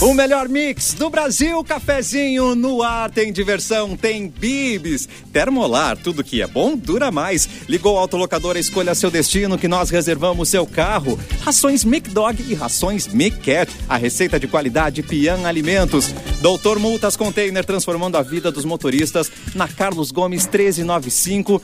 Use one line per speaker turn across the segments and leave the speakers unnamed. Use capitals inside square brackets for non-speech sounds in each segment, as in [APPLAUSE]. O melhor mix do Brasil, cafezinho no ar, tem diversão, tem bibis, termolar, tudo que é bom dura mais. Ligou o autolocador, escolha seu destino que nós reservamos seu carro. Rações Mic Dog e rações Mic Cat, a receita de qualidade Pian Alimentos. Doutor Multas Container, transformando a vida dos motoristas na Carlos Gomes 1395.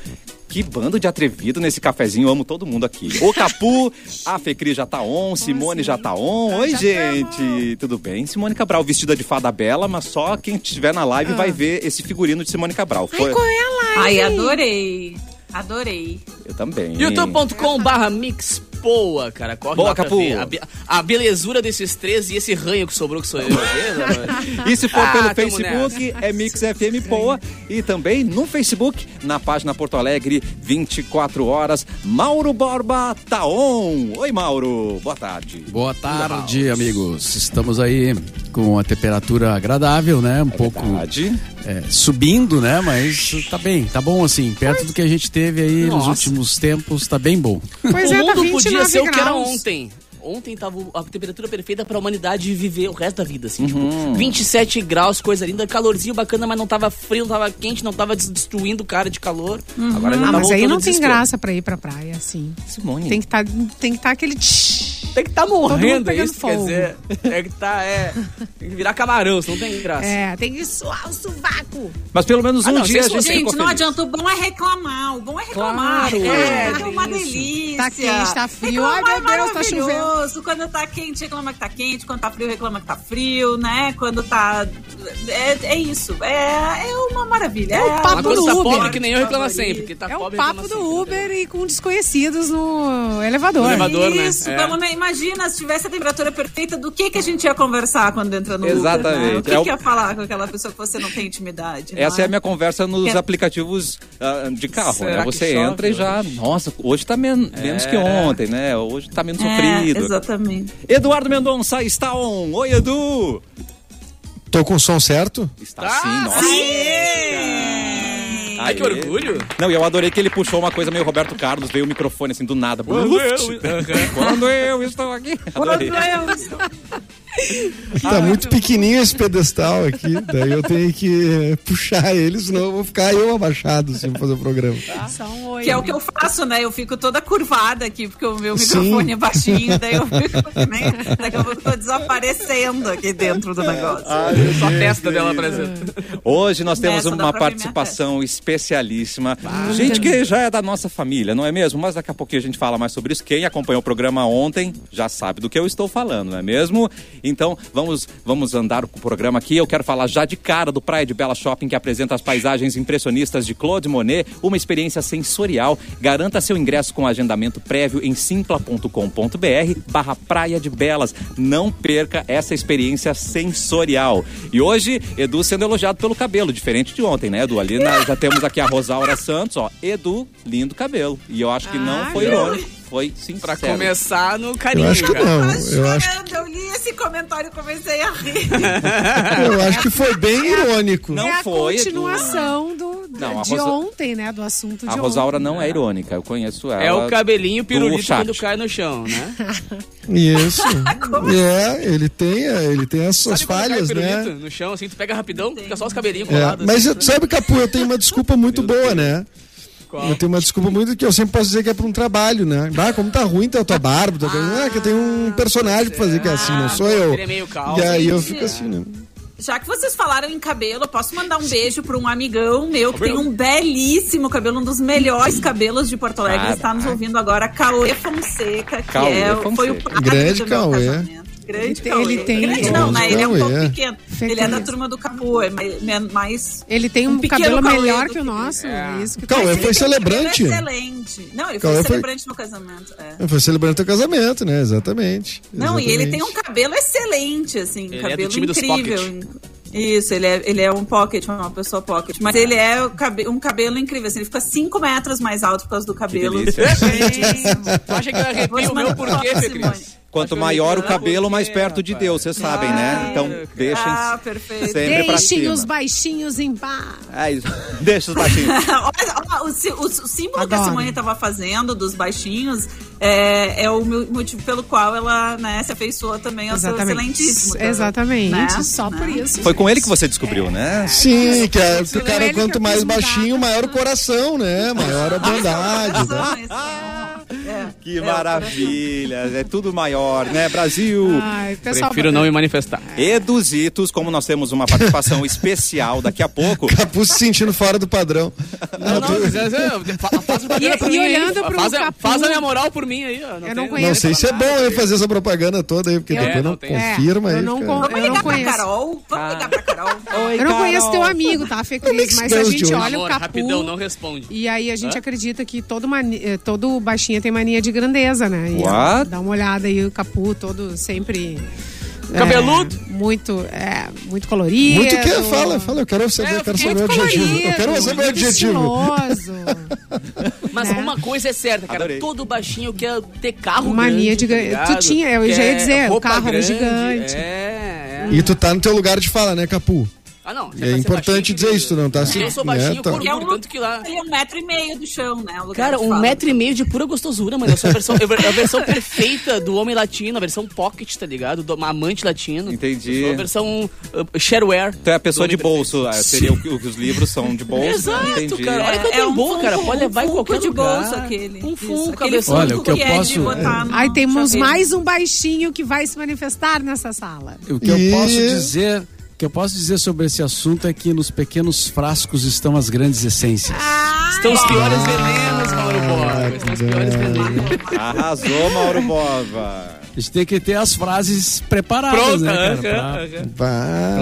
Que bando de atrevido nesse cafezinho, amo todo mundo aqui. O Capu, a Fecri já tá on, Simone já tá on. Oi, gente, tudo bem? Simone Cabral vestida de fada bela, mas só quem estiver na live vai ver esse figurino de Simone Cabral. Foi-
Qual é a live?
Ai, adorei. Adorei.
Eu também.
youtube.com/barra mixpoa, cara. Corre
Boa,
lá pra
Capu.
ver a, be- a belezura desses três e esse ranho que sobrou que sou eu. tá beleza?
E se for
Ah,
pelo
tamo
Facebook, é Mix FM Poa. E também no Facebook, na página Porto Alegre, 24 horas, Mauro Borba tá on. Oi, Mauro. Boa tarde.
Boa tarde, amigos. Estamos aí com a temperatura agradável, né? Um pouco
Verdade.
é, subindo, né? Mas tá bem, tá bom assim. Perto do que a gente teve aí nos
Nossa.
últimos tempos, tá bem bom.
[LAUGHS] Pois
o
é, tá
mundo
29
podia ser o que era
graus.
ontem. Ontem tava a temperatura perfeita pra humanidade viver o resto da vida, assim,
Uhum.
tipo, 27 graus, coisa linda, calorzinho bacana, mas não tava frio, não tava quente, não tava des- destruindo o cara de calor. Agora já
Ah,
tá
mas aí
voltando
não
o
tem
desespero.
graça pra ir pra praia, assim.
Simone.
Tem que tá, tem que tá aquele... tch.
Tem que tá
mundo
morrendo, é
pegando
isso que quer
fogo.
dizer. É que tá, é. Tem que virar camarão, senão não tem graça.
É, tem que suar o sovaco.
Mas pelo menos um
Ah, não,
dia a
vocês-
gente
gente,
ficou
Gente, não
feliz.
adianta. O bom é reclamar. O bom é reclamar. É,
Claro. É,
é uma
tem isso.
delícia.
Tá quente, tá frio.
Reclamar
Ai, meu
é
Deus, tá chovendo.
maravilhoso. Quando tá quente, reclama que tá quente. Quando tá frio, reclama que tá frio, né? Quando tá... É, é isso. É, é uma maravilha. É o
papo
Mas
do
quando tá
Uber.
pobre, que nem eu reclama sempre. Que tá
é o
pobre,
papo
reclama
do
sempre,
Uber e com desconhecidos no elevador.
No elevador. né?
Isso,
É.
pelo menos, imagina se tivesse a temperatura perfeita, do que, que a gente ia conversar quando entra no Uber, né?
Exatamente.
O que,
É o-
que ia falar com aquela pessoa que você não tem intimidade? né?
Essa é a
não
minha conversa nos
Quer-
aplicativos ah, de carro,
Será
né?
que
Você
chove
entra e já, nossa, hoje tá men- menos que ontem, né? Hoje tá menos
É,
sofrido.
exatamente.
Eduardo Mendonça está on. Oi, Edu.
Tô com o som certo?
Está sim, nossa.
Ai, que
Aê.
orgulho.
Não, e eu adorei que ele puxou uma coisa meio Roberto Carlos, veio o microfone assim do nada. Quando, eu, Quando eu estou aqui. Adorei.
Tá muito pequenininho esse pedestal aqui, daí eu tenho que eh, puxar ele, senão eu vou ficar eu abaixado assim pra fazer o programa.
Tá
Só um oi.
Que é o que eu faço, né? Eu fico toda curvada aqui, porque o meu
Sim.
microfone é baixinho, daí eu fico, né? Daqui a pouco eu tô desaparecendo aqui dentro do
É.
negócio.
Ah,
Só a testa dela apresenta.
Hoje nós temos
Nessa dá
uma
pra ver minha
participação especialíssima. Gente que já é da nossa família, não é mesmo? Mas daqui a pouquinho a gente fala mais sobre isso. Quem acompanhou o programa ontem já sabe do que eu estou falando, não é mesmo? Então vamos, vamos andar com o programa aqui. Eu quero falar já de cara do Praia de Bela Shopping, que apresenta as paisagens impressionistas de Claude Monet, uma experiência sensorial. Garanta seu ingresso com agendamento prévio em simpla.com.br barra Praia de Belas. Não perca essa experiência sensorial. E hoje, Edu sendo elogiado pelo cabelo, diferente de ontem, né, Edu? Ali nós já temos aqui a Rosaura Santos, ó. Edu, lindo cabelo. E eu acho que não
Ah,
foi
viu?
irônico, foi sincero.
Pra começar no carinho,
Eu acho que
cara.
não,
Tava
eu acho,
chorando, eu li esse comentário e comecei a rir.
eu acho que foi bem irônico.
Não
é a
foi, Edu.
continuação do,
Não, a
de
Rosa-
ontem, né? Do assunto
A
de
Rosaura não é irônica, eu conheço ela.
É o cabelinho pirulito
chat.
quando cai no chão, né?
Isso. É, ele tem, eh, ele tem [LAUGHS] as suas
Sabe é quando cai
falhas,
pirulito
né?
no chão, assim, tu pega rapidão, fica só os cabelinhos
É,
colados.
mas
assim,
eu- sabe, Capu, eu tenho uma desculpa muito boa, né?
Qual?
Eu tenho uma desculpa muito que eu sempre posso dizer que é pra um trabalho, né? Ah, como tá ruim tá a tua barba, tua coisa. Ah, que eu tenho um personagem pra fazer que é assim, não sou eu.
ele é meio calmo.
E aí eu
Gente.
fico assim, né?
Já que vocês falaram em cabelo, eu posso mandar um beijo para um amigão meu que tem um belíssimo cabelo, um dos melhores cabelos de Porto Alegre.
Caraca.
Está nos ouvindo agora, Cauê Fonseca, que
Cauê
é, o- foi o
Fonseca.
padre
Grande
do meu
Cauê.
casamento. Grande
Ele tem-
Cauê.
ele tem-
Grande não, né? Ele é um
Grande
pouco
Cauê.
pequeno.
Feliz.
Ele é da turma do Capu, é mais- mais...
Ele tem um,
Um pequeno
cabelo
Cauê
melhor
do
que o
que-
nosso. É. Isso que
Cauê
faz-
foi
Ele tem um cabelo
celebrante.
Excelente. Não, ele
Cauê
foi
foi-
celebrante no casamento. é.
Foi celebrando teu casamento, né? Exatamente.
Não, e ele
Exatamente.
tem um cabelo excelente, assim,
Ele é do
cabelo
time dos
incrível. Isso, ele é, ele é um pocket, uma pessoa pocket. Mas ele é o cabe- um cabelo incrível, assim, ele fica 5 metros mais alto por causa do cabelo.
delícia.
Gente,
Tu acha que eu
Vou te
arrepio o meu
mandar
por quê,
foto,
Fê Cris?
Simone.
Quanto
Acho
maior o
legal,
cabelo, mais
porque,
perto de
né, rapaz.
Deus, vocês sabem, né? Então deixem
Ah, perfeito.
sempre pra
Deixem
cima.
os baixinhos em paz.
É isso. [LAUGHS] Deixa os baixinhos.
[LAUGHS] Olha, olha, o, si- o símbolo que a
Adoro.
Simone estava fazendo dos baixinhos é, é o meu- motivo pelo qual ela né, se afeiçoou também ao seu excelentíssimo. tá?
Exatamente.
Né?
Só por isso.
Foi com ele que você descobriu, né?
Sim, que é,
Eu
o cara,
lembro que
quanto
eu
mais
fiz um
baixinho,
dado.
maior o coração, né? Maior
[LAUGHS]
a bondade. né?
Coração, esse- é,
[LAUGHS]
Que
é, o
maravilha! É tudo maior, né, Brasil?
Ai, pessoal,
Prefiro não me manifestar.
Eduzitos, como nós temos uma participação especial daqui a pouco,
Capuz se sentindo fora do padrão.
Não, não, fa- faz propaganda
E-
por
e
mim aí.
olhando pro
faz, a-
Capu-
faz a minha moral por mim aí, ó. Não
Eu não
tem-
conheço.
Não sei se é bom hein, fazer essa propaganda toda aí, porque
Eu-
depois
É,
não,
não tem-
confirma
É,
aí.
eu não
fica-
con-
Vamos ligar pra
conheço.
Carol? Vamos ligar
Ah.
pra Carol?
Eu não conheço teu amigo, tá, Fê Cris?
mix
Mas a
girls de
gente
hoje.
olha o
Amor,
capu.
rapidão, não responde.
E aí a gente acredita que todo, mani- eh, todo baixinha tem mania de grandeza, né? E
What?
Dá uma olhada aí, o capu todo sempre... é,
Cabeludo.
muito, é, muito colorido.
Muito o que? é, Fala, fala, eu quero saber,
É,
eu quero
fiquei
saber o
Muito
adjetivo. Eu quero
colorido,
saber o
muito
adjetivo. [LAUGHS]
estiloso.
Mas
Né?
uma coisa é certa, cara.
Adorei.
Todo baixinho quer ter carro
Mania
grande,
de grande-
tá
Tu
ligado?
tinha, eu já ia
Quer
dizer, o
roupa
carro era
grande,
gigante.
É, é.
E tu tá no teu lugar de fala, né, Capu?
Ah, não. você
É
tá
importante
sendo
dizer
baixinho,
isso, tu não tá se-
Eu sou
é,
baixinho,
tá.
corcunda,
Que é um,
tanto que lá...
ele é um metro e meio do chão, né? o lugar
Cara,
de
um
fala.
metro e meio de pura gostosura, mano. Eu sou a versão, eu- a versão [LAUGHS] perfeita do homem latino, a versão pocket, tá ligado? Do amante latino.
Entendi.
Eu sou a versão uh, shareware.
tu é a pessoa
do homem
de bolso. ah, Seria o que o que os livros são de bolso. né?
Exato,
entendi.
cara. Olha
É,
que eu
é
tenho
um
bom, cara.
funko,
Pode
um
levar em
funko
qualquer
de
lugar.
bolso aquele.
Um
Isso,
funko,
aquele
cabeção.
Olha, o que eu
é de
posso-
botar no
Aí temos
chaveiro.
mais um baixinho que vai se manifestar nessa
[LAUGHS]
sala.
[LAUGHS] O que eu posso
E-
dizer, o que eu posso dizer sobre esse assunto é que nos pequenos frascos estão as grandes essências.
Estão os piores venenos, Mauro Borba. Estão os piores venenos.
Arrasou, Mauro Bova.
A gente tem que ter as frases preparadas,
Pronto,
né, cara?
aham,
pra-
aham.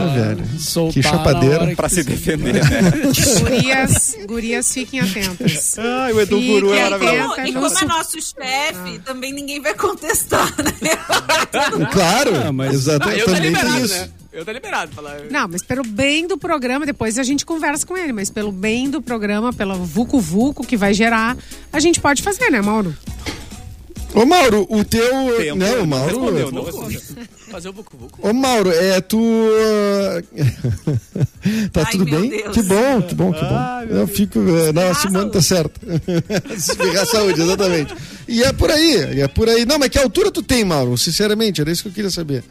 Pá, velho.
Soltar
Que
na
chapadeira.
hora que
Pra se
precisa.
defender, né?
Gurias, gurias fiquem atentas.
Ai, o Edu
Fiquem
Guru é
atentas
maravilhoso.
no
E como é
su-
nosso chefe,
Ah.
também ninguém vai [LAUGHS] contestar, né?
Claro,
Ah, mas-
Ah,
exatamente.
eu tô
Também tem
liberado,
isso.
né? Eu tô liberado. Falar.
Não, mas pelo bem do programa, depois a gente conversa com ele, mas pelo bem do programa, pelo Vucu Vucu que vai gerar, a gente pode fazer, né, Mauro?
Ô, Mauro, o teu.
Tempo.
Não, o Mauro.
Respondeu, né? não respondeu.
Fazer o buco-buco.
Ô Mauro, é tu. ah, [LAUGHS] tá
Ai,
tudo
meu
bem?
Deus.
Que bom, que bom, que bom. eu fico. eh, Não, a Simone tá certa. Espirrar a saúde, exatamente. E é por aí, é por aí. Não, mas que altura tu tem, Mauro? Sinceramente, era isso que eu queria saber.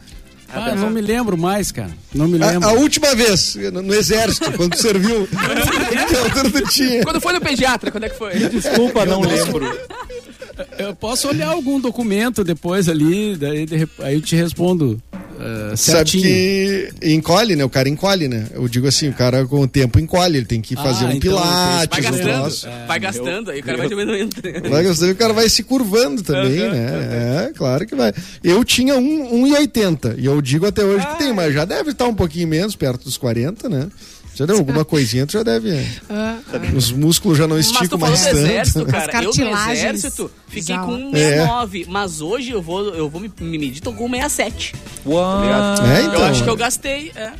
Ah, eu não me lembro mais, cara. Não me lembro.
A, a última vez, no, no exército, quando tu serviu, que altura tu tinha?
Quando foi no pediatra? Quando é que
[LAUGHS]
foi?
Desculpa, não lembro.
Eu posso olhar algum documento depois ali, daí de rep- aí eu te respondo ah,
Sabe
certinho.
que encolhe, né? O cara encolhe, né? Eu digo assim, o cara com o tempo encolhe, ele tem que fazer um
então,
Vai
pilates, um troço.
gastando. Vai gastando. Aí o cara vai diminuindo.
Vai gastando, o cara vai se curvando também, né? É, claro que vai. Eu tinha um- 1,80 e eu digo até hoje que
Ah,
tem,
é.
mas já deve estar um pouquinho menos, perto dos 40, né? Já deu alguma coisinha, tu já deve. é.
Ah,
Os músculos já não
Mas
esticam
tu falou
mais
do
tanto.
exército,
As
cara. Eu no
cartilagens
exército fiquei
exalam.
com 1,69. Mas hoje eu vou, eu vou me, me medir, tô com 1,67.
Uau,
É,
Ah, Eu acho que eu
então.
gastei. É.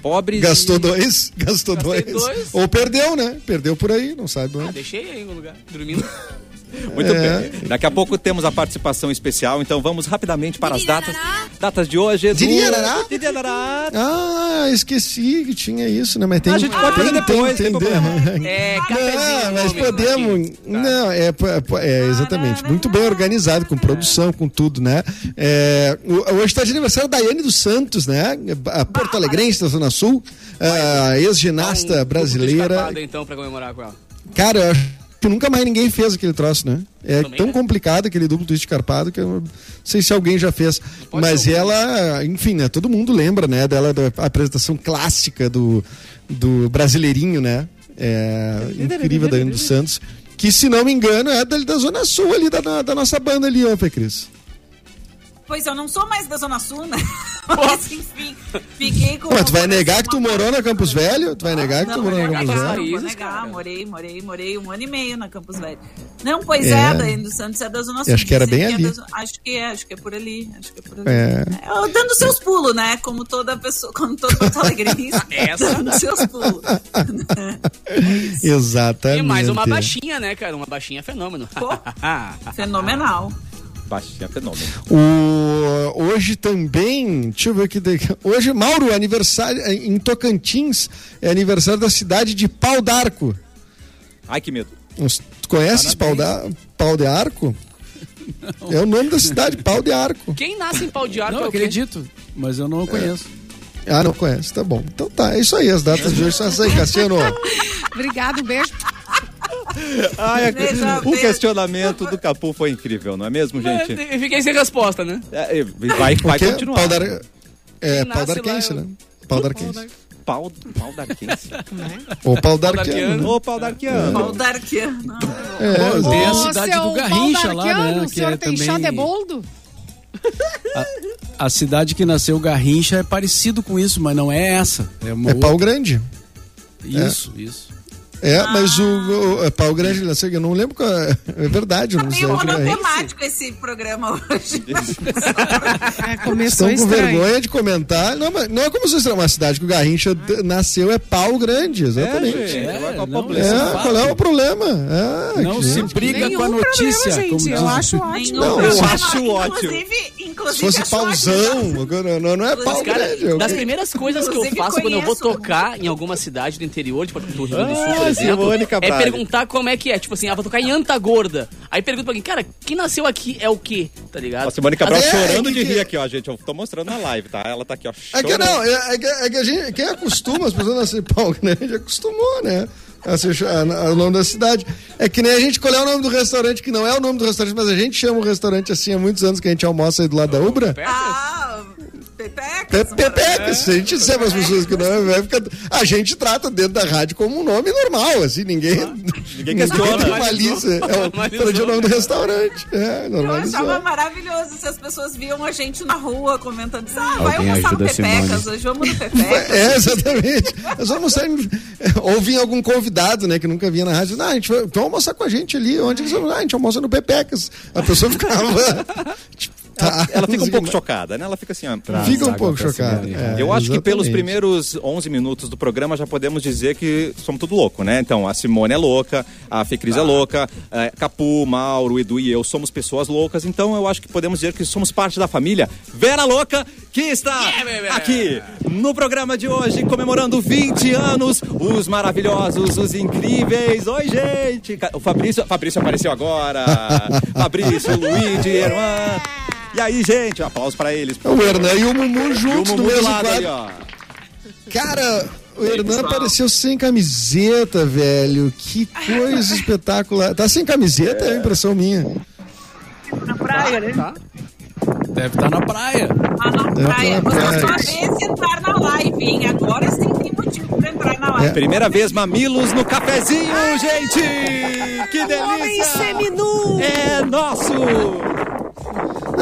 pobrezinho.
Gastou dois, [LAUGHS] gastou dois.
dois.
Ou perdeu, né? Perdeu por aí, não sabe
Ah,
onde.
deixei aí em algum lugar, dormindo.
Muito
É.
bem. Daqui a pouco temos a participação especial, então vamos rapidamente para as datas. Datas de hoje, Edu.
Diriarará?
Diriarará.
Ah, esqueci que tinha isso, né? Mas tem
Ah,
A gente pode ver depois, tem
[LAUGHS]
problema.
[LAUGHS] É, cafezinho.
Não, mas
homem,
podemos. Não, é, po- é po- é, exatamente. Muito bem organizado, com produção, com tudo, né? É, o- hoje está de aniversário da Daiane dos Santos, né? A Porto Alegrense da Zona Sul, a
Dá um
ex-ginasta
pouco de
brasileira.
escapada, então, pra comemorar com ela.
Cara, eu acho que nunca mais ninguém fez aquele troço, né? É
Também,
tão
né?
complicado aquele duplo twist carpado que eu não sei se alguém já fez.
pode
Mas
ser
ela, enfim, né? Todo mundo lembra, né? Dela, da apresentação clássica do, do Brasileirinho, né? É, incrível da Ana dos Santos. Que, se não me engano, é da, da Zona Sul ali, da, da- da nossa banda ali, ó, Fê Cris.
Pois eu não sou mais da Zona Sul, né? Mas enfim, fiquei com.
Ué, tu vai negar que tu morou na Campus Velho? Tu vai negar que tu
Ah, Não,
morou
vou
na Campus
negar, não
Velho?
vou
Países,
negar.
cara.
Morei, morei, morei um ano e meio na Campus Velho. Não, pois
É.
é, da Daiane dos Santos é da Zona Sul.
acho que era
dizem
bem
é
ali.
da zo- acho que é, acho que é por ali. Acho que é por ali.
É.
É, dando seus pulos, né? Como toda pessoa, como
[LAUGHS]
todo Porto Alegre.
Essa.
Dando seus pulos.
é
Exatamente.
[LAUGHS] E mais uma baixinha, né, cara? Uma baixinha é fenômeno.
Pô, fenomenal.
Baixinha fenômeno.
O, hoje também, deixa eu ver aqui. de- Hoje, Mauro, aniversário é, em Tocantins, é aniversário da cidade de Pau d'Arco.
Ai, que medo.
Uns- Tu conheces Pau, da, Pau de Arco? É o nome da cidade, Pau de Arco.
Quem nasce em pau de arco
Não,
é
eu
o quê?
acredito, mas eu não conheço.
Ah, não conhece, tá bom. Então tá, é isso aí, as datas de hoje são essas aí, Cassiano.
Obrigado, um beijo.
Ai,
É,
a-
Veja
o
bem.
tipo
questionamento do Capu foi incrível, não é mesmo, gente?
Eu fiquei sem resposta, né?
É, e vai vai
Porque
continuar.
Pau d'Ar- É,
Quem
Pau
nasce
d'Arquense,
lá é o-
né? Pau d'Arquense.
Pau, pau da Arquense.
Ou [LAUGHS] Pau d'Arquiano.
d'Arquiano.
Ô, pau da Arquiano.
Pau Darkiano.
É,
Pô,
exato.
tem a
Ô,
cidade
seu
do Garrincha lá,
baldarquiano,
né?
O
que
senhor
é
tem chá de boldo?
A cidade que nasceu Garrincha é parecido com isso, mas não é essa. É, uma
é
outra.
Pau Grande.
Isso, isso.
É, mas o, o- é Pau Grande, não sei, eu não lembro qual é. É verdade, eu não sei.
Meio
É.
monotemático esse programa hoje.
É, começou
Estão com
estranho.
vergonha de comentar. Não, mas não é como se fosse uma cidade que o Garrincha d- nasceu, é pau grande,
É,
exatamente.
gente, agora qual o
não,
É,
problema?
é um fato.
qual é o problema? É,
Não
gente.
se briga
Nenhum
com a notícia,
problema,
como
gente.
diz.
Eu acho
Nenhum
ótimo.
Não, eu
programa.
acho
Inclusive, inclusive
Se fosse
acho ótimo.
pauzão, agora [LAUGHS] não, não é pau
Cara,
grande. eu-
das primeiras coisas que eu
Inclusive,
faço quando eu vou
conheço-
tocar em alguma cidade do interior, tipo do Rio Grande do Sul,
Ah,
por exemplo,
Simone
é
Cabral.
perguntar como é que é. Tipo assim, ah, vou tocar em Anta Gorda. Aí pergunta pra alguém, cara, quem nasceu aqui é o quê? Tá ligado?
A Simone Cabral
É,
chorando
que-
de
que-
rir aqui, ó, gente. Eu tô mostrando na live, tá? Ela tá aqui, ó.
É que
chorando.
não, é, é que, é que a gente, quem acostuma, as pessoas nascerem pau grande, acostumou, né? A ser ch- a- a- O nome da cidade. É que nem a gente, qual é o nome do restaurante, que não é o nome do restaurante, mas a gente chama o restaurante assim há muitos anos que a gente almoça aí do lado da Ubra.
Ah, Pepecas.
Pe- Pepeca, é, se a gente disser para as pessoas que não é, vai ficar. A gente trata dentro da rádio como um nome normal, assim, [LAUGHS] ninguém.
Ninguém questiona.
normaliza. É o
Normalizou,
pra dizer o nome do restaurante. É,
Eu achava
normalizou.
maravilhoso se as pessoas viam a gente na rua comentando assim, ah, vai
Alguém
almoçar no
ajuda a
Pepecas,
Simone.
hoje vamos no Pepecas.
É, exatamente. É Nós vamos [LAUGHS] sair. Ou vinha algum convidado, né, que nunca vinha na rádio. Não, a gente vai então almoçar com a gente ali. Onde que você vai? Ah, a gente almoça no Pepecas. A pessoa ficava. [LAUGHS] tipo, tá,
Ela fica
não
um
sei
pouco
mais.
chocada, né? Ela fica assim, ó.
Fica um
Água
pouco
pra
chocada.
cima,
é,
Eu acho que pelos
exatamente.
primeiros 11 minutos do programa já podemos dizer que somos tudo louco, né? Então, a Simone é louca, a Fecris
Ah.
é louca, eh, Capu, Mauro, Edu e eu somos pessoas loucas. Então, eu acho que podemos dizer que somos parte da família Vera Louca, que está aqui no programa de hoje, comemorando 20 anos, os maravilhosos, os incríveis. Oi, gente! Ca- O Fabrício, Fabrício apareceu
[LAUGHS]
agora. Fabrício, Luigi, Herman. E aí, gente? Aplausos para eles. por
É O
favor.
Hernan e o Mumu
E o
juntos no
Mumu do
mesmo
lado
quadro.
ali, ó.
Cara, o Hernan
pessoal.
apareceu sem camiseta, velho. Que coisa espetacular. Tá sem camiseta, é a impressão minha.
Deve estar na praia.
né? Ah,
Tá,
não, praia.
tô na
Vocês só
praia.
vez entrar na live, hein? Agora sim tem motivo pra entrar na
É.
live.
Primeira vez mamilos no cafezinho, gente! Que
Homem
delícia!
seminu!
É nosso!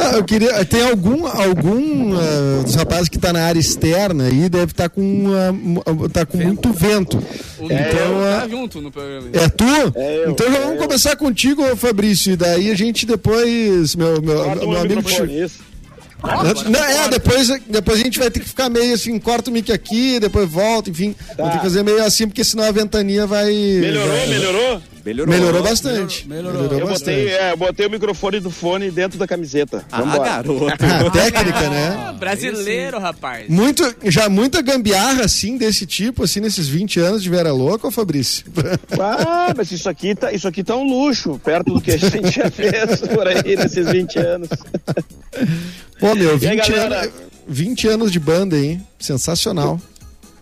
Ah, eu queria. Tem algum, algum ah, dos rapazes que tá na área externa aí deve estar com, ah, mu- ah, tá com muito vento. Então, ah,
junto no programa.
é tu? então vamos começar contigo, ô, Fabrício. E daí a gente depois, meu, meu, meu amigo.
Isso.
Antes- não, é, depois, depois a gente vai ter que ficar meio assim, corta o mic aqui, depois volta, enfim. Vamos ter
Tá.
que fazer meio assim, porque senão a ventania vai.
Melhorou,
vai-
melhorou?
Melhorou.
Melhorou bastante.
Melhorou.
Eu botei, é, eu botei o microfone do fone dentro da camiseta.
Ah, garoto!
é.
[LAUGHS] Ah, técnica, né?
Brasileiro, rapaz.
Muito, já muita gambiarra, assim, desse tipo, assim, nesses 20 anos de Vera Louca, ô Fabrício? [LAUGHS]
Ah, mas isso aqui, tá, isso aqui tá um luxo, perto do que a gente [LAUGHS] já fez por aí nesses 20 anos.
Pô, meu,
E aí,
20
galera?
anos, 20 anos de banda, hein? Sensacional.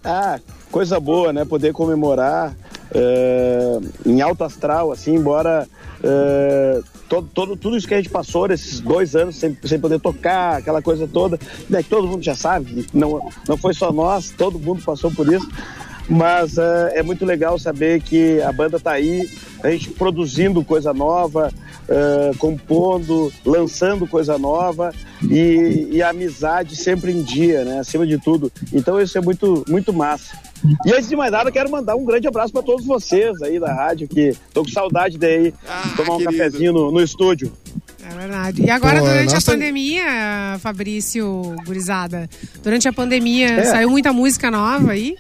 Ah, coisa boa, né? Poder comemorar eh, em alto astral, assim, embora eh, todo, todo- tudo isso que a gente passou nesses dois anos sem, sem poder tocar, aquela coisa toda, né, que todo mundo já sabe, que não, não foi só nós, todo mundo passou por isso. Mas eh, é muito legal saber que a banda tá aí, a gente produzindo coisa nova, eh, compondo, lançando coisa nova e, e a amizade sempre em dia, né? Acima de tudo. Então isso é muito, muito massa. E antes de mais nada, eu quero mandar um grande abraço para todos vocês aí da rádio, que tô com saudade daí tomar um cafezinho no, no estúdio.
É verdade. E agora,
Pô,
durante a
nossa-
pandemia, Fabrício Gurizada, durante a pandemia
É.
saiu muita música nova aí?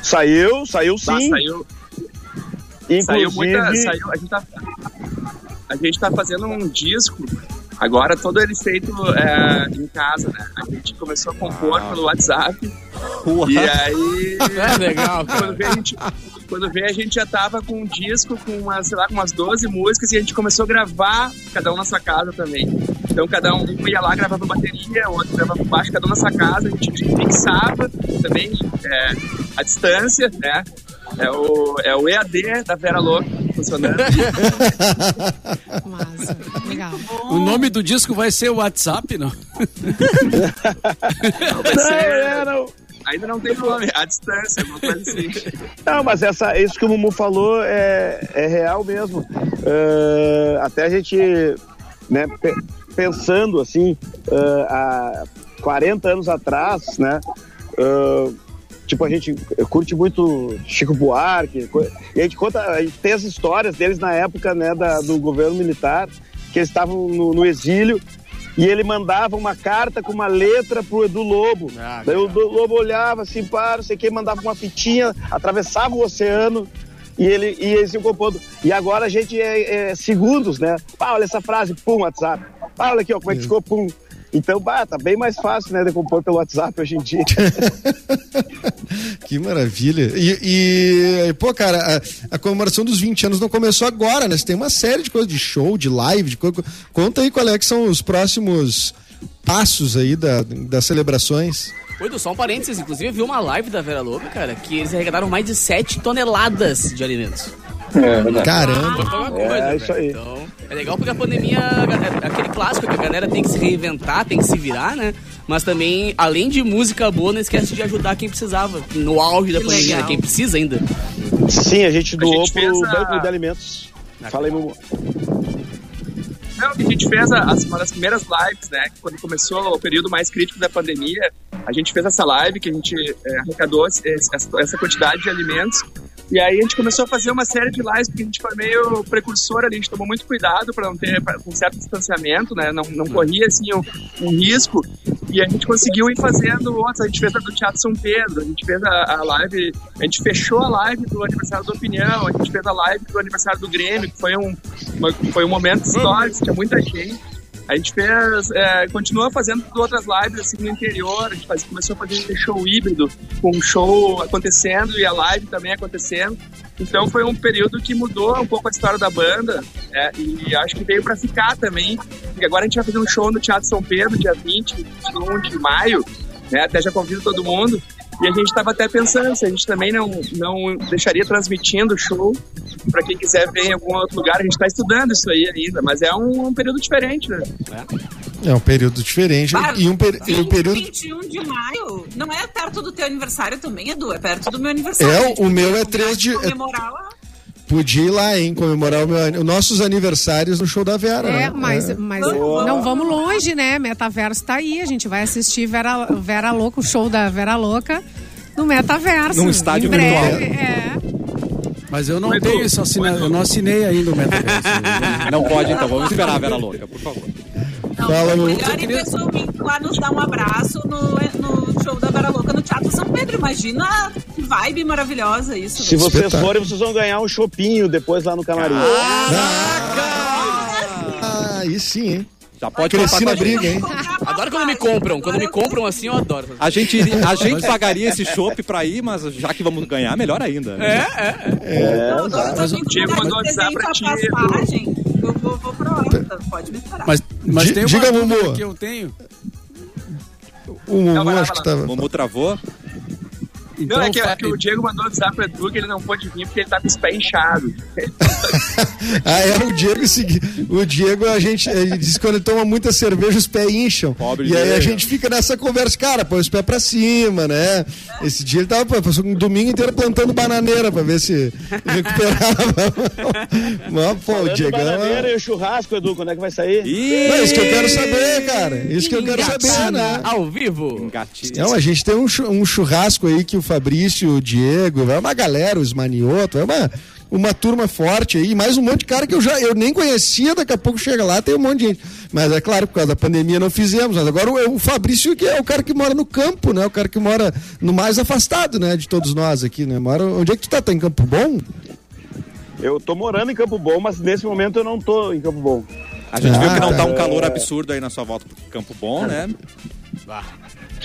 Saiu, saiu sim.
Tá, saiu,
Inclusive,
saiu muita. Saiu, a gente tá, a gente tá fazendo um disco, agora todo ele feito é, em casa, né? A gente começou a compor pelo WhatsApp. E aí.
[LAUGHS] É legal,
Quando vê, a gente, quando vê, a gente já tava com um disco com umas, sei lá, com umas 12 músicas e a gente começou a gravar, cada um na sua casa também. Então cada um ia lá, gravava bateria, o outro gravava baixo, cada um na sua casa, a gente mixava também é, a distância, né? É o, é o EAD da Vera Louca funcionando.
Massa. Legal.
O nome do disco vai ser WhatsApp, não?
Vai
Não,
ser-
é, não.
ainda não tem nome, a distância, alguma coisa assim.
Não, mas essa, isso que o Mumu falou é, é real mesmo. É, até a gente, né, pe- pensando assim, é, há 40 anos atrás, né? é, tipo, a gente curte muito Chico Buarque. co- E a gente conta, a gente tem as histórias deles na época, né, da- do governo militar, que eles estavam no, no exílio. E ele mandava uma carta com uma letra pro Edu Lobo. né. Daí o Edu Lobo olhava assim, para, não sei o que, mandava uma fitinha, atravessava o oceano e ele e eles iam compondo. E agora a gente é, é segundos, né? Ah, olha essa frase, pum, WhatsApp. Ah, olha aqui, ó, como é que ficou, pum. Então, bah, tá bem mais fácil, né, de compor pelo WhatsApp hoje em dia.
[LAUGHS] Que maravilha. E, e, pô, cara, a, a comemoração dos 20 anos não começou agora, né? Você tem uma série de coisas, de show, de live, de co... co- Conta aí qual é que são os próximos passos aí da, das celebrações.
Oi, Edu, só um parênteses. Inclusive, eu vi uma live da Vera Lobo, cara, que eles arrecadaram mais de 7 toneladas de alimentos.
Caramba.
Foi uma coisa,
é
velho.
isso aí.
Então, é legal porque a pandemia a galera- aquele clássico que a galera tem que se reinventar, tem que se virar, né? Mas também, além de música boa, não esquece de ajudar quem precisava. No auge da
Que
pandemia,
legal.
né? quem precisa ainda.
Sim, a gente doou
gente
pro
fez a-
Banco de Alimentos. Fala aí, Mumu.
Não, que a gente fez a- as, uma das primeiras lives, né? Quando começou o período mais crítico da pandemia, a gente fez essa live que a gente é, arrecadou esse- esse- essa quantidade de alimentos. E aí a gente começou a fazer uma série de lives porque a gente foi meio precursor ali, a gente tomou muito cuidado para não ter pra- um certo distanciamento, né? Não, não corria assim um, um risco. E a gente conseguiu ir fazendo outras. A gente fez a do Teatro São Pedro, a gente fez a, a live, a gente fechou a live do aniversário da Opinião, a gente fez a live do aniversário do Grêmio, que foi um, uma- foi um momento histórico, tinha muita gente. A gente fez, é, continua fazendo outras lives assim no interior, a gente faz- começou a fazer show híbrido, com um show acontecendo e a live também acontecendo. Então foi um período que mudou um pouco a história da banda é, e acho que veio pra ficar também. E agora a gente vai fazer um show no Teatro São Pedro, dia 20, 21 de maio, né? Até já convido todo mundo. E a gente estava até pensando se a gente também não, não deixaria transmitindo o show para quem quiser ver em algum outro lugar. A gente está estudando isso aí ainda, mas é um, um período diferente, né?
É um período diferente.
Claro.
E um, per- e um período.
21 de maio. Não é perto do teu aniversário também, Edu? É perto do meu aniversário.
É,
Tipo,
o meu é 3 de. é-
Comemorar lá.
Podia ir lá, hein? Comemorar o meu an- os nossos aniversários no show da Vera.
É,
né?
mas, mas não vamos longe, né? Metaverso tá aí. A gente vai assistir Vera, Vera Louca, o show da Vera Louca no Metaverso.
Num estádio
em breve. É.
Mas eu não tenho isso, assina... eu não assinei ainda o [LAUGHS] metaverso.
Não pode, então. Vamos esperar a Vera Louca, por favor.
Não,
Fala, um meu-
melhor ir pessoalmente lá nos dar um abraço no, é, no show da Vera Louca no Teatro São Pedro. Imagina que vibe maravilhosa isso. né?
Se vocês
Espetáculo.
forem, vocês vão ganhar um chopinho depois lá no camarim.
Ah, aí sim, hein?
Já pode
Cresci na
comprar com a gente.
briga, hein?
[LAUGHS] Adoro quando me compram. Quando me compram assim, eu adoro.
A gente, iria- a gente pagaria esse chopp pra ir, mas já que vamos ganhar, melhor ainda. né?
É,
um
um Eu adoro também
Diego
comprar
mandou
presente
avisar pra ti,
a
Edu.
passagem. Eu vou, vou pra
Tá.
Holanda, pode me esperar.
Mas, mas
Di-
tem uma
diga,
dúvida
Mumu.
que eu tenho.
O Mumu
vai lá,
Um, acho que
vai
tava.
Mumu travou.
Então,
Não, é que, é
fa-
que o Diego mandou avisar pro Edu que ele não pôde vir porque ele tá com os pés inchados.
Ah, é o Diego segui- O Diego, a gente ele diz que quando ele toma muita cerveja, os pés incham.
Pobre
e aí a
né?
Diego.
gente fica nessa conversa, cara, põe os pés pra cima, né? Esse dia ele tava, pô, passou um domingo inteiro plantando bananeira pra ver se recuperava. [LAUGHS] Mas, pô, o
Falando em
Diego. é uma-
bananeira e o churrasco, Edu, quando é que vai sair?
Ih!
Não, isso que eu quero saber, cara. Isso que eu quero saber, né?
Ao vivo.
Gatinho.
Não, a gente tem um, chu- um churrasco aí que o Fabrício, o Diego, vai uma galera, os manioto, é uma, uma turma forte aí, mais um monte de cara que eu já eu nem conhecia, daqui a pouco chega lá, tem um monte de gente. Mas é claro, por causa da pandemia não fizemos, mas agora o, o Fabrício que é o cara que mora no campo, né? O cara que mora no mais afastado, né, de todos nós aqui, né? Mora, onde é que tu tá? Tá em Campo Bom?
Eu tô morando em Campo Bom, mas nesse momento eu não tô em Campo Bom.
A gente
Ah,
viu que não tá um
é.
calor absurdo aí na sua volta pro Campo Bom, né?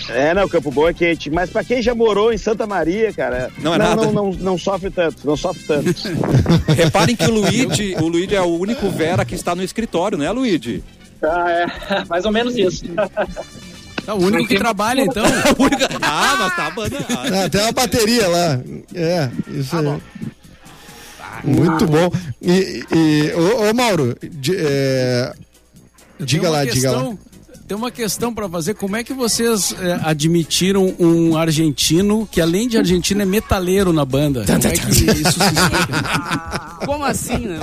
É, não, Campo Bom é quente. Mas pra quem já morou em Santa Maria, cara,
Não é
não,
nada.
não, não, não sofre tanto, não sofre tanto.
[LAUGHS] Reparem que o Luigi, o Luigi é o único Vera que está no escritório, né,
[LAUGHS]
Luigi?
Ah, é, mais ou menos isso.
Tá, o único que trabalha, então.
A única- Ah, mas tá abandonado.
Ah, tem uma bateria lá. É, isso aí. Muito bom. E, e- ô, ô, Mauro, di- é, diga
Tem uma
lá, diga lá.
questão- Tem uma questão pra fazer. Como é que vocês é, admitiram um argentino que, além de argentino, é metaleiro na banda? Como é que isso se explica?
Como assim, né?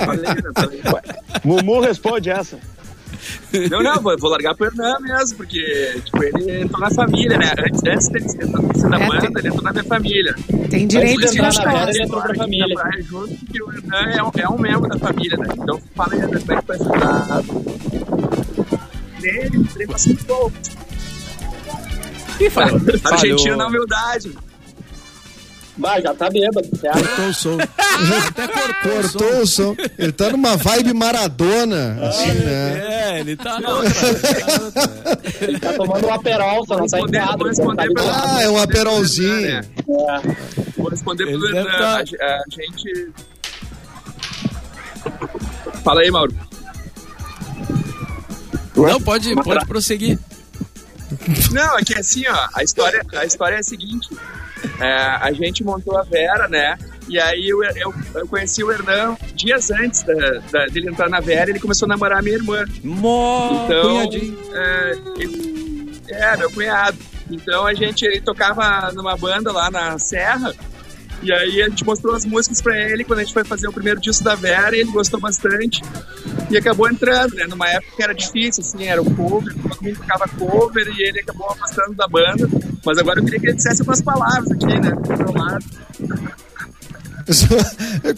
Mumu responde essa.
Não, não, vou, vou largar pro Hernan mesmo, porque tipo, ele entrou na família, né? Antes, antes dele ser ser da
É,
banda, ele entrou na minha família.
Tem
Antes
direito
de
às
entrar
duas
na banda,
coisas.
ele entrou pra é família. assim.
Trabalhar junto, porque o Hernan é, um- é um membro da família, né? Então fala aí, Hernan, como é que foi essa parada? Ele, ele passou muito bom.
Ih, falhou.
Argentino na humildade.
Bah, já tá bêbado. Você acha?
Cortou
[LAUGHS]
o som. Até cortou, o um som. Ah,
Cortou o som. Ele tá numa vibe maradona. assim, né?
É, ele tá na outra.
Ele tá tomando uma peralça, não sai
Responder-
nada.
vou responder
tá
pra-
Ah, é um aperolzinho.
ligado? É.
Vou responder pro
Ele deve
Hernan.
tá-
A, a gente. Fala aí, Mauro.
Não, pode, pode prosseguir.
Não, é que assim, ó, a história, a história é a seguinte. É, a gente montou a Vera, né? E aí eu, eu, eu conheci o Hernan dias antes da, da- dele entrar na Vera, ele começou a namorar a minha irmã.
Mó,
Então,
cunhadinho.
É, ele- é, meu cunhado. Então a gente, ele tocava numa banda lá na Serra. E aí a gente mostrou as músicas pra ele quando a gente foi fazer o primeiro disco da Vera, e ele gostou bastante. E acabou entrando, né? Numa época que era difícil, assim, era o cover, todo mundo tocava cover e ele acabou afastando da banda. Mas agora eu queria que ele dissesse algumas palavras aqui, né? Do meu lado.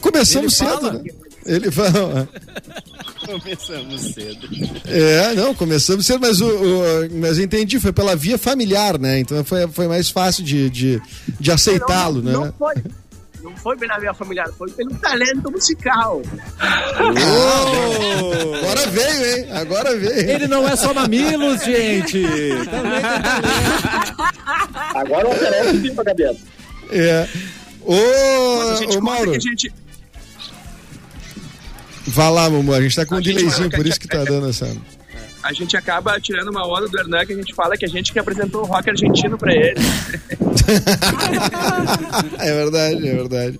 Começamos cedo, né? Ele fala.
Começamos cedo.
É, não, começamos cedo, mas, o, o- mas eu entendi, foi pela via familiar, né? Então foi, foi mais fácil de, de, de aceitá-lo, né?
Não foi. Não foi pela minha familiar, foi pelo talento musical.
Ah,
Ô,
Agora veio, hein? Agora veio.
Ele não é só mamilos, gente.
Agora o oferece bico pra cabeça.
É.
Mas a
Ô, ô
gente conta
Mauro,
que a gente.
vá lá, Mumu, a gente tá com
A
um
gente
delayzinho,
marca
por
que-
isso que tá dando essa... [LAUGHS]
a gente acaba tirando uma onda do Hernan que a gente fala que a gente que apresentou o rock argentino pra ele.
É verdade, é verdade.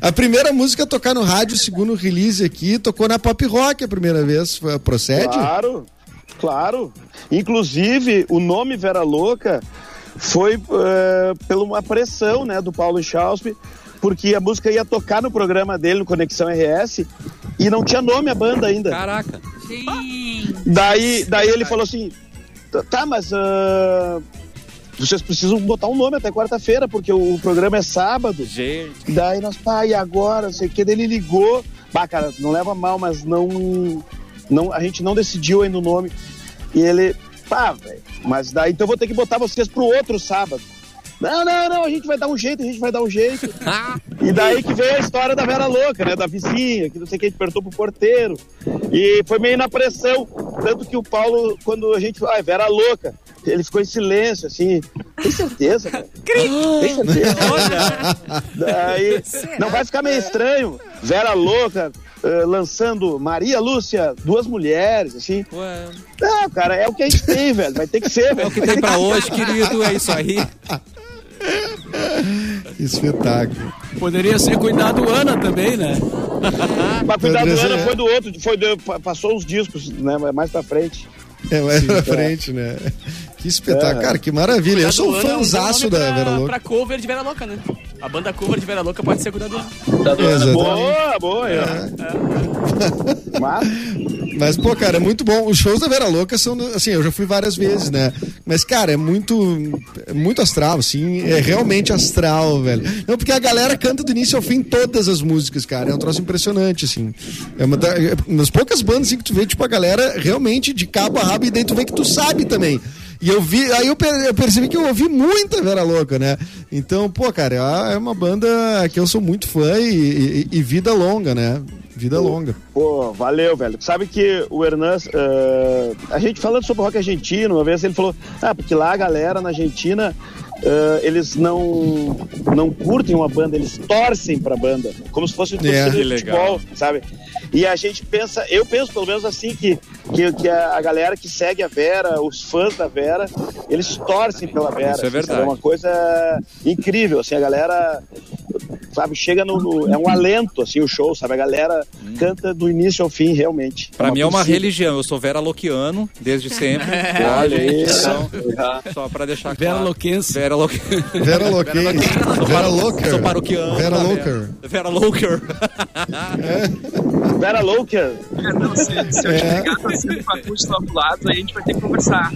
A primeira música a tocar no rádio, segundo o release aqui, tocou na Pop Rock a primeira vez, Foi-
É
procede?
Claro, claro. Inclusive, o nome Vera Louca foi eh, pela uma pressão né, do Paulo Schausp, porque a música ia tocar no programa dele, no Conexão RS, e não tinha nome a banda ainda.
Caraca.
Gente,
Daí, daí ele falou assim: "Tá, tá, mas ah, vocês precisam botar um nome até quarta-feira, porque o, o programa é sábado.
Gente.
Daí nós, pai, e agora? Não sei o que. Daí ele ligou. Bah, cara, não leva mal, mas não. não a gente não decidiu ainda o nome. E ele, pá, velho, mas daí então eu vou ter que botar vocês pro outro sábado. Não, não, não, a gente vai dar um jeito, a gente vai dar um jeito. E daí que veio a história da Vera Louca, né? Da vizinha, que não sei o que, a gente perguntou pro porteiro. E foi meio na pressão. Tanto que o Paulo, quando a gente falou, ah, Vera Louca, ele ficou em silêncio, assim. Tem certeza, cara? Tem certeza. Daí, não vai ficar meio estranho. Vera Louca eh, lançando Maria Lúcia, duas mulheres, assim.
Ué,
Não, cara, é o que a gente tem, velho. Vai ter que ser,
é
velho.
o que tem pra hoje, querido. É isso aí.
Que espetáculo.
Poderia ser cuidado Ana também, né?
Mas cuidado,
Poderia
Ana
ser.
foi do outro, foi do- pa- passou os discos, né? Mais pra frente.
É mais pra frente, né? Que espetáculo.
É.
Cara, que maravilha. Eu sou um
Cuidado, Ana é
fãzaço
nome
da
pra-
Vera Louca.
Pra cover de Vera Louca, né? A banda cover de Vera Louca pode ser cuidado.
Exatamente.
Boa, boa. é. Mas,
Mas, pô, cara, é muito bom. Os shows da Vera Louca são, assim, eu já fui várias vezes, né? Mas, cara, é muito, é muito astral, assim. É realmente astral, velho. Não, porque a galera canta do início ao fim todas as músicas, cara. É um troço impressionante, assim. É uma, da- é uma das poucas bandas assim, que tu vê, tipo, a galera realmente de cabo a rabo e daí tu vê que tu sabe também. E eu vi, aí eu, per- eu percebi que eu ouvi muita Vera Louca, né? Então, pô, cara, é uma banda que eu sou muito fã e- e- e vida longa, né? Vida longa.
Pô, valeu, velho. Sabe que o Hernan, eh, a gente falando sobre rock argentino, uma vez ele falou, ah, porque lá a galera na Argentina, eh, eles não, não curtem uma banda, eles torcem pra banda, como se fosse um torcedor
que
de
legal.
futebol, sabe? E a gente pensa, eu penso pelo menos assim, que, que, que a, a galera que segue a Vera, os fãs da Vera, eles torcem pela Vera.
Isso é
assim, sabe?
verdade.
É uma coisa incrível, assim, a galera sabe, chega no, no- É um alento, assim, o show, sabe? A galera canta do início ao fim, realmente.
Hum. Pra mim é uma
torcida.
religião. Eu sou Vera Loquiano, desde sempre.
Olha aí.
Então, só pra deixar
Vera
claro.
Loquense.
Vera [LAUGHS] Loquiano.
Vera Louca. Vera
Sou
Louca.
paroquiano.
Vera
da
Locker.
Vera Locker.
Vera Louca.
É, não, se, se [LAUGHS] eu te ligar, tá sendo com a acústica lá do lado, aí a gente vai ter que conversar.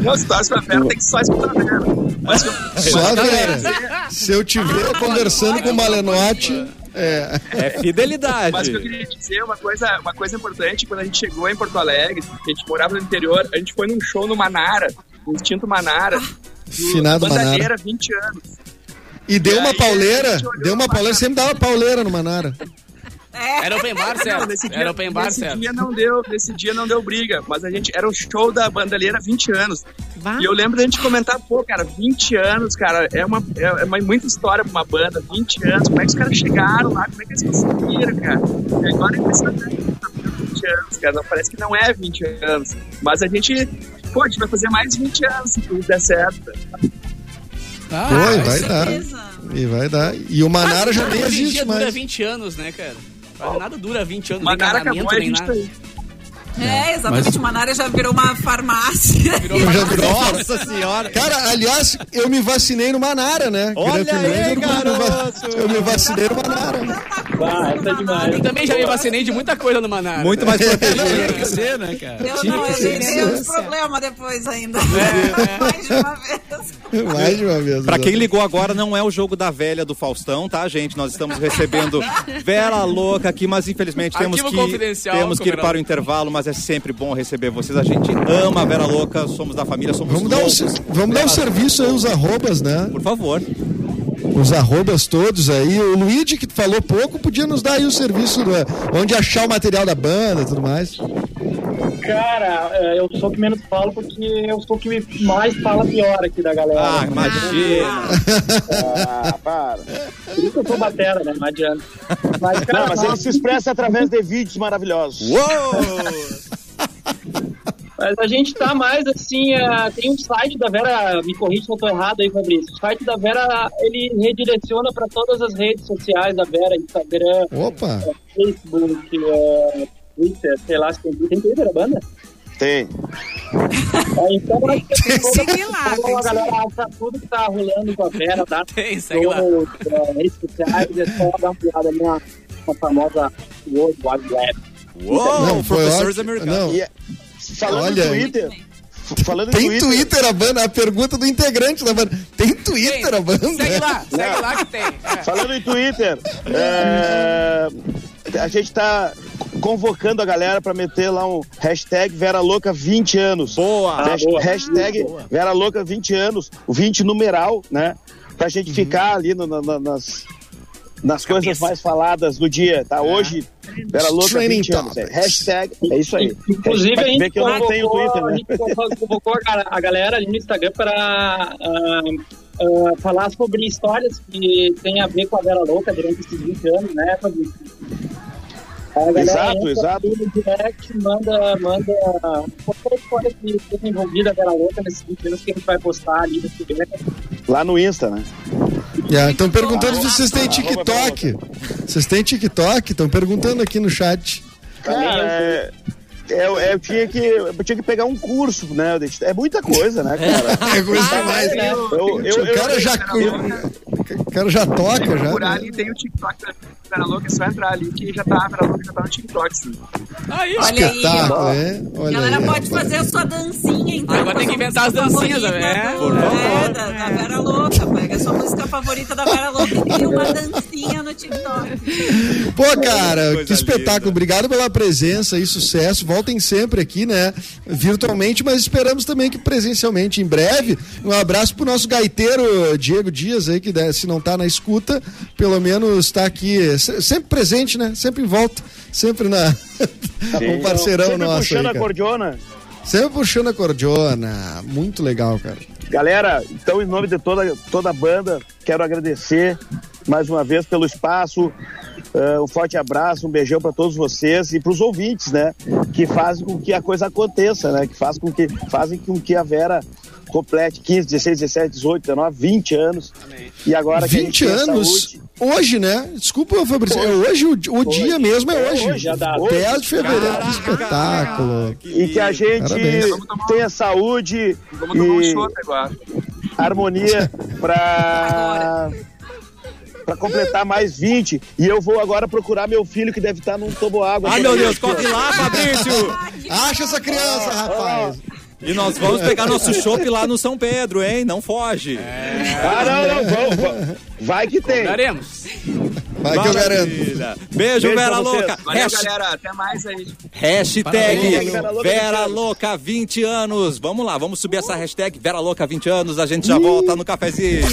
Não, se torce pra Vera, tem que só escutar a Vera. Mas
Só a Vera. Se eu
Ah,
tiver conversando com o Malenotti. É.
É
Mas o que eu
fidelidade.
queria dizer, é uma coisa, uma coisa importante, quando a gente chegou em Porto Alegre, a gente morava no interior, a gente foi num show no Manara, no Instinto Manara, do
Finado
Bandadeira,
Manara.
20 anos.
E deu
E
uma
aí, a
pauleira.
gente olhou
Deu uma
pra
pauleira. Sempre dá uma pauleira no Manara.
Era open bar,
É. [LAUGHS] Não,
certo?
nesse dia,
Era open bar,
nesse
certo?
dia não deu, nesse dia não deu briga, mas a gente era o show da Bandalheira 20 anos.
Vá.
E eu lembro da gente comentar, pô, cara, 20 anos, cara, é uma é, é uma- muita história pra uma banda, 20 anos, como é que os caras chegaram lá, como é que eles conseguiram, cara? E agora é impressionante, tá vendo 20 anos, cara, não, parece que não é 20 anos, mas a gente, pô, a gente vai fazer mais 20 anos se tudo der certo.
Ah,
Foi,
mas-
vai dar. Tá. E vai dar. E o
Ah,
Manara já
Hoje
nem
em
existe
dia dura
mais.
20 anos, né, cara? Nada dura 20 anos, nem
Manara acabou,
casamento,
a
nem
gente tá
nada.
aí.
É, exatamente.
Mas-
Uma área já virou uma farmácia.
um
Eu já virou.
Nossa senhora.
um Cara, aliás, eu me vacinei no Manara, né?
Olha
Grande
aí,
Grande, eu me
garoto!
vac- Eu me vacinei no Manara. né?
Bah, essa
né?
é demais.
Eu também já me vacinei de muita coisa no Manara.
Muito mais protegido.
Tinha que ser, né, cara?
Eu
Tinha
não,
que
eu
ser.
dei uns problemas depois ainda.
É,
[LAUGHS] Mais de uma vez.
Mais de uma vez.
Pra quem ligou agora, não é o jogo da velha do Faustão, tá, gente? Nós estamos recebendo
[LAUGHS]
Vera Louca aqui, mas infelizmente temos
Arquivo
que,
confidencial,
temos que ir
Comerão.
para o intervalo, mas é sempre bom receber vocês. A gente ama a Vera Louca, somos da família, somos
Vamos dar um,
loucos.
se- vamos dar um serviço aí, os arrobas, né?
Por favor.
Os arrobas todos aí. O Luigi, que falou pouco, podia nos dar aí o serviço do, onde achar o material da banda e tudo mais.
Cara, é, eu sou o que menos falo porque eu sou o que mais fala pior aqui da galera.
Ah, imagina.
Ah, para.
Por isso que eu sou batera, né? Não adianta. Mas, cara,
Não, mas ele se expressa através de vídeos maravilhosos.
Uou!
Mas a gente tá mais assim, ah, tem um site da Vera, me corrija se eu tô errado aí, Fabrício. O site da Vera, ele redireciona para todas as redes sociais da Vera, Instagram,
Opa!
Facebook, eh, Twitter, sei lá, se tem, tem Twitter a banda?
Tem.
Ah, Então, acho que tem toda-
Segue lá,
toda
tem
a
que
galera acha tudo que tá rolando com a Vera, tá?
[LAUGHS] Tem, segue lá.
Todas as redes sociais, é só dar uma olhada ali na, na famosa World Wide Web.
Uou,
foi
professores
ótimo.
americanos.
Não,
E, é falando
Olha
em
aí.
Muito
Twitter.
bem.
f- Falando em
tem Twitter a banda, a pergunta do integrante da banda. Tem Twitter a banda?
Segue lá, segue lá que tem. É.
Falando em Twitter, é, a gente tá convocando a galera pra meter lá um hashtag Vera Louca 20 anos.
Boa!
Hasht-
Ah,
hashtag Vera Louca 20 anos, o 20 numeral, né? Pra gente
Uhum.
ficar ali no- na- na- nas, nas coisas mais faladas do dia,
É.
tá? Hoje, Vera Louca
Trending
20 anos. É.
topics.
Hashtag, é isso aí.
Inclusive, a
Vai
gente
ver que eu não tenho
convocou-
Twitter,
a
né?
gente convocou- convocou a gal- a galera ali no Instagram para falar sobre histórias que tem a ver com a Vera Louca durante esses 20 anos, né, Fabrício? A galera
Exato,
entra
exato.
aqui no direct, manda, manda qualquer história que tenha envolvida a Vera Louca nesses 20 anos que a gente vai postar ali no Instagram.
Lá no Insta, né?
Estão É, perguntando se vocês têm TikTok. Vocês têm TikTok? Estão perguntando aqui no chat.
Cara, é, eu, eu tinha que, eu tinha que pegar um curso, né? É muita coisa, né, cara?
É coisa demais, né?
Eu, eu,
O cara
eu-
já. cara já toca, já.
Por ali tem o TikTok da Vera Louca, é só entrar ali que já tá, a Vera Louca já tá no TikTok, sim.
Aí, ó.
Olha aí, ó.
Espetáculo, é? Olha
Galera,
aí,
pode
rapaz.
fazer a sua dancinha, então.
Agora
com
tem
a sua
que inventar as
música
dancinhas,
favorita
né?
do-
Por
É,
favor.
da, da Vera Louca, pega a sua música favorita da Vera Louca e cria uma dancinha no TikTok.
Pô, cara,
Coisa
que espetáculo.
linda.
Obrigado pela presença e sucesso. Voltem sempre aqui, né? Virtualmente, mas esperamos também que presencialmente em breve. Um abraço pro nosso gaiteiro eh, Diego Dias aí, que né, se não tá na escuta, pelo menos tá aqui eh, se- sempre presente, né? Sempre em volta. Sempre na. [LAUGHS] um parceirão
Sempre
nosso.
puxando
aí,
a
cara.
cordiona.
Sempre puxando a cordiona. Muito legal, cara.
Galera, então em nome de toda, toda a banda, quero agradecer mais uma vez pelo espaço. eh, um forte abraço, um beijão para todos vocês e para os ouvintes, né? Que fazem com que a coisa aconteça, né? Que faz com que fazem com que a Vera complete 15, 16, 17, 18, 19, 20 anos. E agora que a gente
20
tenha
anos.
saúde.
Hoje, né? Desculpa, Fabrício. É hoje, o, o dia mesmo é hoje.
hoje, a data.
10 de fevereiro.
Caraca,
Que espetáculo.
e que a gente
Parabéns.
tenha saúde
Vamos tomar um
e
chope agora.
harmonia pra para completar mais 20 e eu vou agora procurar meu filho que deve estar num tobo água.
Ai, meu Deus, é? corre lá, Fabrício!
Acha essa criança, rapaz.
E nós vamos pegar nosso chopp lá no São Pedro, hein? Não foge.
Ah, não, não, vamos, vamos. Vai que tem.
é? Daremos.
Vai que eu garanto.
Maravilha. Beijo,
Beijo
Vera
pra vocês.
Louca. É
Valeu,
Hashtag-
galera. Até mais aí.
Hashtag
Parabéns,
Vera
Vera
Louca, 20 anos.
Louca 20 anos. Vamos lá, vamos subir essa hashtag Vera Louca 20 anos. A gente já volta no cafezinho.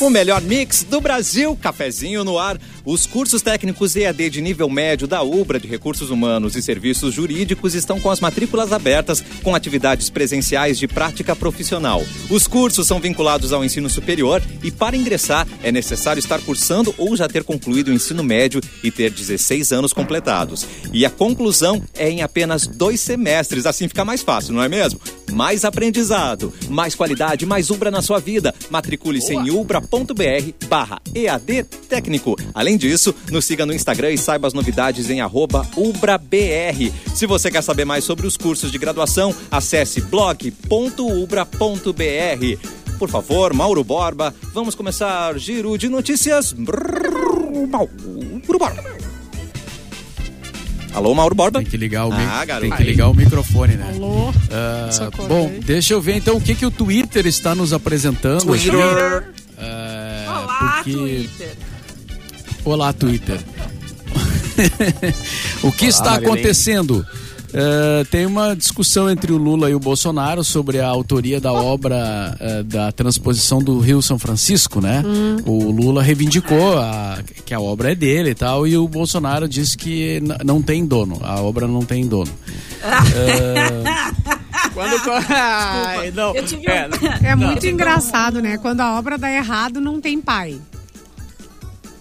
O melhor mix do Brasil, cafezinho no ar. Os cursos técnicos EAD de nível médio da UBRA de Recursos Humanos e Serviços Jurídicos estão com as matrículas abertas, com atividades presenciais de prática profissional. Os cursos são vinculados ao ensino superior e, para ingressar, é necessário estar cursando ou já ter concluído o ensino médio e ter 16 anos completados. E a conclusão é em apenas dois semestres, assim fica mais fácil, não é mesmo? Mais aprendizado, mais qualidade, mais Ubra na sua vida. Matricule-se em ubra.br barra EAD técnico. Além disso, nos siga no Instagram e saiba as novidades em arroba UbraBR. Se você quer saber mais sobre os cursos de graduação, acesse blog.ubra.br. Por favor, Mauro Borba, vamos começar giro de notícias. Brrr, Mauro Borba. Alô, Mauro Borba?
Tem que ligar o,
Ah,
mic-
garoto.
tem que ligar o microfone, né?
Alô?
Ah,
Socorro,
bom,
hein?
deixa eu ver então o que, que o Twitter está nos apresentando. aqui. Ah,
Olá,
porque-
Twitter.
Olá, Twitter. [LAUGHS] o que está
Marilene.
acontecendo? Eh, tem uma discussão entre o Lula e o Bolsonaro sobre a autoria da obra eh, da transposição do Rio São Francisco, né? O Lula reivindicou a- que a obra é dele e tal, e o Bolsonaro disse que n- não tem dono, a obra não tem dono.
Quando. Ai, não.
Eu tive um-
É,
É muito engraçado, né? Quando a obra dá errado, não tem pai.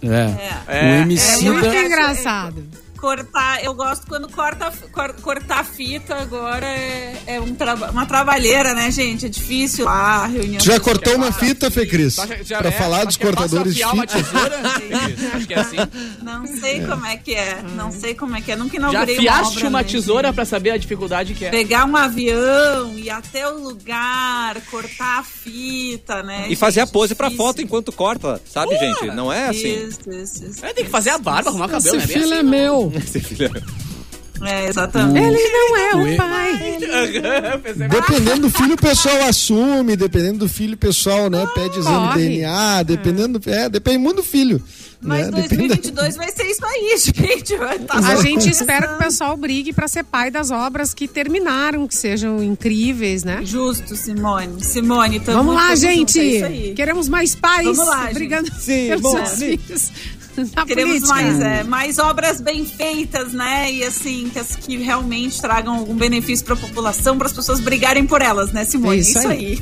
É.
É.
O
É
Emicida...
muito
É,
engraçado.
[LAUGHS] Cortar, eu gosto quando corta, cor- cortar a fita agora é, é um traba- uma trabalheira, né, gente? É difícil lá, a reunião.
Tu já cortou uma fita, Fê Cris?
Acho que já
Pra
é,
falar
acho
dos
que é fácil
cortadores de
afiar uma
fita.
tesoura.
[LAUGHS]
Acho que é assim.
Não sei como é que é. Não sei como é que é. Nunca
Já
inaugurei uma
afiaste
obra,
uma
né,
tesoura pra saber a dificuldade que é.
pegar um avião, ir até o lugar, cortar a fita, né?
E fazer a
gente?
pose pra
Difícil.
foto enquanto corta, sabe, gente? Não é assim.
Isso, isso, isso.
É, tem que fazer a barba, arrumar o cabelo, né?
Esse
Bem
filho é
assim,
[LAUGHS]
meu.
Esse filho-
É, exatamente.
Ele não é
Ué.
o pai.
né?
Dependendo do filho, o pessoal assume. Dependendo do filho, o pessoal
Ah,
né, pede exame
Corre.
de DNA. Dependendo, do- é, depende muito do filho.
Mas
né? Depende da-
2022 vai ser isso aí, [LAUGHS] gente. Vai tá
A
só
gente
começando.
espera que o pessoal brigue pra ser pai das obras que terminaram, que sejam incríveis, né?
Justo, Simone. Simone, tamo,
Vamos lá,
tamo
gente.
junto, é isso aí.
Queremos mais pais
Vamos lá, gente.
brigando
Sim,
pelos
vamos.
seus filhos. Na
Queremos
política.
mais, é, mais obras bem feitas, né? E assim, que, as- que realmente tragam algum benefício pra população, para as pessoas brigarem por elas, né,
É
Simone?
isso aí.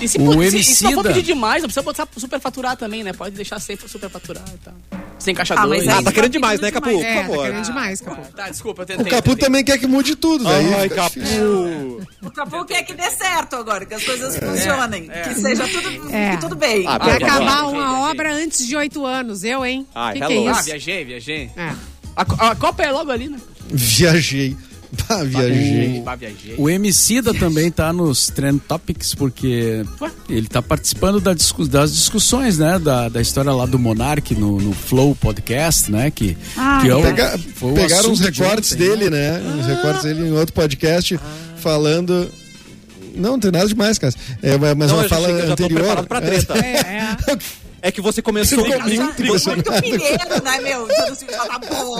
E se,
O
for- se, e se não
Emicida.
for pedir demais, não precisa botar superfaturar também, né? Pode deixar sem superfaturar e tal. Sem encaixador.
Ah, mas
e-
aí-
Ah, tá querendo demais, né,
Tá
Capu?
pedindo
Por
É, tá
favor.
querendo demais, Capu.
Tá, desculpa, eu
O
tentei.
Capu
tentei.
também quer que mude tudo. daí
Ai,
fica
Capu.
difícil.
O Capu quer que dê certo agora, que as coisas funcionem, que seja tudo,
É.
que tudo bem.
Ah,
Quer
Vamos lá.
acabar
Gente,
uma
gente.
obra antes de oito anos, eu, hein?
Ai,
que, que
hello.
é
Ah,
isso?
viajei, viajei.
É.
A, co- a Copa é logo ali, né?
Viajei. [LAUGHS] Bah, viajei.
Bah, viajei.
O Emicida também tá nos Trend Topics, porque ué, ele tá participando da discu- das discussões, né? Da, da história lá do Monark no, no Flow Podcast, né? Que,
Ah,
que é o-
Pega-
foi o
pegaram uns
assunto de
recortes
ontem, né?
dele, né? Uns recortes dele em outro podcast falando. Não, não tem nada demais, cara. É, mas mas
Não,
uma
eu já
fala
sei que eu já tô
anterior.
preparado pra treta.
É, é.
É que você começou com
Ficou muito impressionante.
Muito mineiro, né, meu? Você não se fala, "Pô,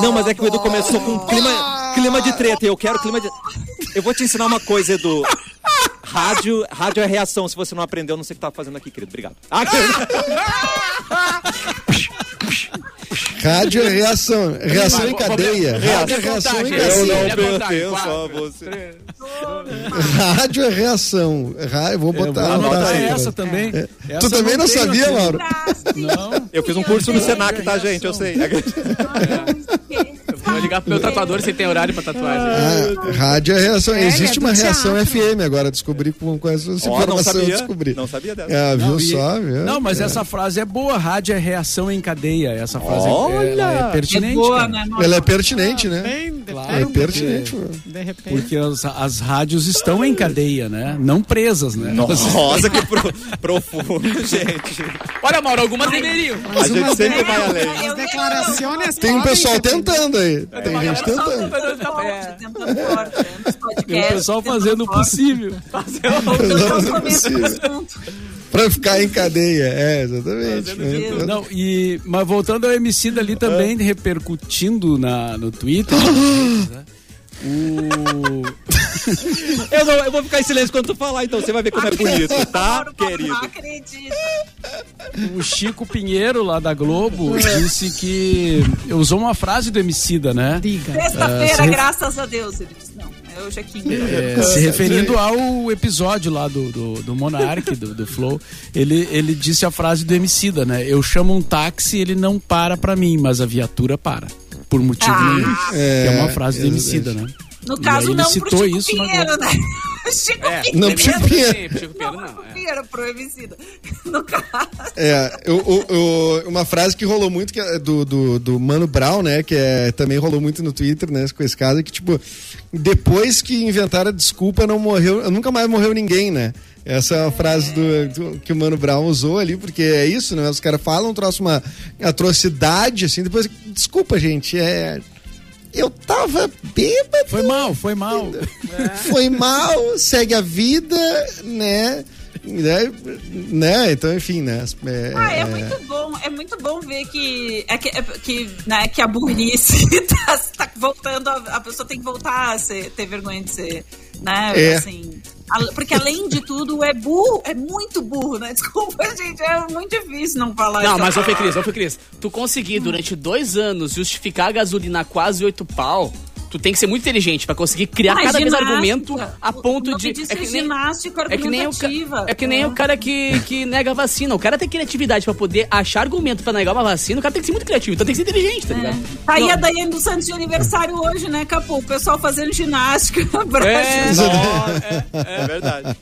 Não, mas é que o Edu
pô".
começou com clima, clima de treta. e Eu quero clima de. Eu vou te ensinar uma coisa, Edu. Rádio, rádio é reação. Se você não aprendeu, eu não sei o que tá fazendo aqui, querido. Obrigado. Ah, [LAUGHS] que-
Rádio é reação. Reação em cadeia. Rádio é reação em
é
cadeia.
pertenço a você.
Rádio é reação. Ra- eu Vou botar.
Vou
anotar
anotar
essa, então.
essa também. Essa
Tu também
eu
não
tenho
sabia,
aqui.
Mauro?
assim.
Não.
Eu fiz um curso no Senac, tá, gente? Eu sei.
Vou ligar pro meu tatuador se tem horário pra tatuagem.
Ah, rádio é reação.
É,
Existe
é do
uma reação
teatro.
FM agora. Descobri com, com essa
Ó, [LAUGHS] não
informação. eu
sabia.
descobri.
Não sabia dessa.
É, viu
Não, e-
só? Viu?
Não, mas
É.
essa frase é boa. Rádio é reação em cadeia. Essa frase é-
Olha!
ela é pertinente.
É boa,
cara.
né? Nossa.
Ela é pertinente, né?
Bem, de
Ah,
Claro,
É
repente,
pertinente. mano.
De repente.
Porque as, as rádios estão em cadeia, né? Não presas, né?
Nossa, que pro- profundo, [LAUGHS] gente.
Olha, Mauro, algumas deveriam.
A gente sempre vai além.
Eu
As
lembro.
declarações
Tem um
podem
pessoal
ser-
tentando aí. Tem
Olha,
gente
só
tentando.
tentando forte, tentando forte, né? Nos podcasts,
É. E o pessoal
tentando
fazendo o
forte.
possível.
Então,
Não é possível.
Ah,
Pra ficar em cadeia. É, exatamente.
Fazendo
Não, e, mas voltando ao MC dali também, repercutindo na, no Twitter. né? O,
Eu, não, eu vou ficar em silêncio quando tu falar, então você vai ver como é bonito, tá,
Não
querido?
acredito.
o Chico Pinheiro, lá da Globo, disse que. Usou uma frase do Emicida, né?
Diga.
Sexta-feira,
se-
graças a Deus, ele disse. Não, é hoje aqui.
É, se referindo ao episódio lá do, do, do Monark, do, do Flow, ele, ele disse a frase do Emicida, né? Eu chamo um táxi, ele não para pra mim, mas a viatura para. Por motivo nenhum.
Ah,
Que é uma frase do
exatamente.
Emicida, né?
no
e aí
caso,
ele
não pro
citou
Chico
isso É, na
Pinheiro, né? [LAUGHS] Chico Pinheiro.
Não, Chico Tipo Pinheiro.
Chico Pinheiro,
Não,
não.
pro
é.
Pinheiro, pro Emicida. [LAUGHS] No caso.
É, eu- eu- eu- uma frase que rolou muito que é do, do, do Mano Brown, né? Que é, também rolou muito no Twitter, né? Com esse caso, que, tipo, depois que inventaram a desculpa, não morreu, nunca mais morreu ninguém, né? Essa é a frase do, do- que o Mano Brown usou ali, porque é isso, né? Os caras falam um troço, uma atrocidade, assim, depois. Desculpa, gente, é. Eu tava bêbado.
Foi mal, foi mal.
foi mal, segue a vida, né? Né? né? Então, enfim, né? É,
Ah, é
é-
muito bom, é muito bom ver que, é que, é que, né, que a burrice [LAUGHS] tá, tá voltando, a, a pessoa tem que voltar a ser- ter vergonha de ser, né,
É.
assim... a- Porque além de tudo, é burro, é muito burro, né? [LAUGHS] Desculpa, gente, é muito difícil não falar
Não,
essa
mas ô Fê
palavra.
Cris, ô Fê Cris, tu conseguir durante dois anos justificar a gasolina a quase oito pau, tu tem que ser muito inteligente pra conseguir criar
Mas
cada vez
é ginástica,
argumento a
o
ponto
nome
de.
disso
é que nem-
ginástica
É que, nem o, ca-
argumentativa. né?
é que nem o cara que, que nega a vacina. O cara tem criatividade pra poder achar argumento pra negar uma vacina. O cara tem que ser muito criativo, então tem que ser inteligente, tá ligado?
Tá aí
Não.
a Daiane dos Santos de aniversário hoje, né, Capu? O pessoal fazendo ginástica [LAUGHS] pra
É,
ajudar.
Não, é, é verdade.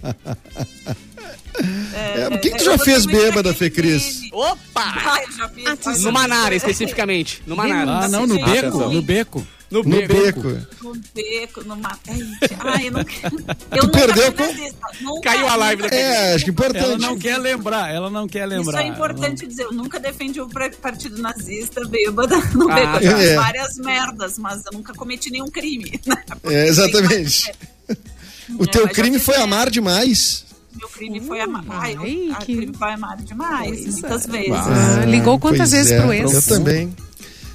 É, o que, que
eu
tu já
vou
fez
ter muito
bêbada, Fê
daquele-
Cris?
Opa!
Ah, eu já fiz. olha,
No Manara, especificamente. No Manara.
Ah, [LAUGHS] não, no
Atenção.
beco, no beco.
No
No beco.
No beco, no matante. Ai, eu não
[LAUGHS]
quero. Eu
Tu
nunca
perdeu
fui
com-
nazista, nunca-
Caiu a live daqui.
É, acho que é
Ela
importante.
não quer lembrar, ela não quer lembrar.
Isso é importante dizer. Eu nunca defendi o pra- partido nazista bêbada no
Ah,
beco. Eu
tá.
já fiz
É.
várias merdas, mas eu nunca cometi nenhum crime. [LAUGHS] né?
É, exatamente. O
É,
teu
mas já
crime
fiz
foi
merda.
amar demais.
Meu crime foi amar.
Oh,
Ai, eu,
ai,
ai,
que-
crime foi amar demais, muitas vezes.
Ah, ligou quantas
Pois
vezes
é,
pro ex?
Eu também.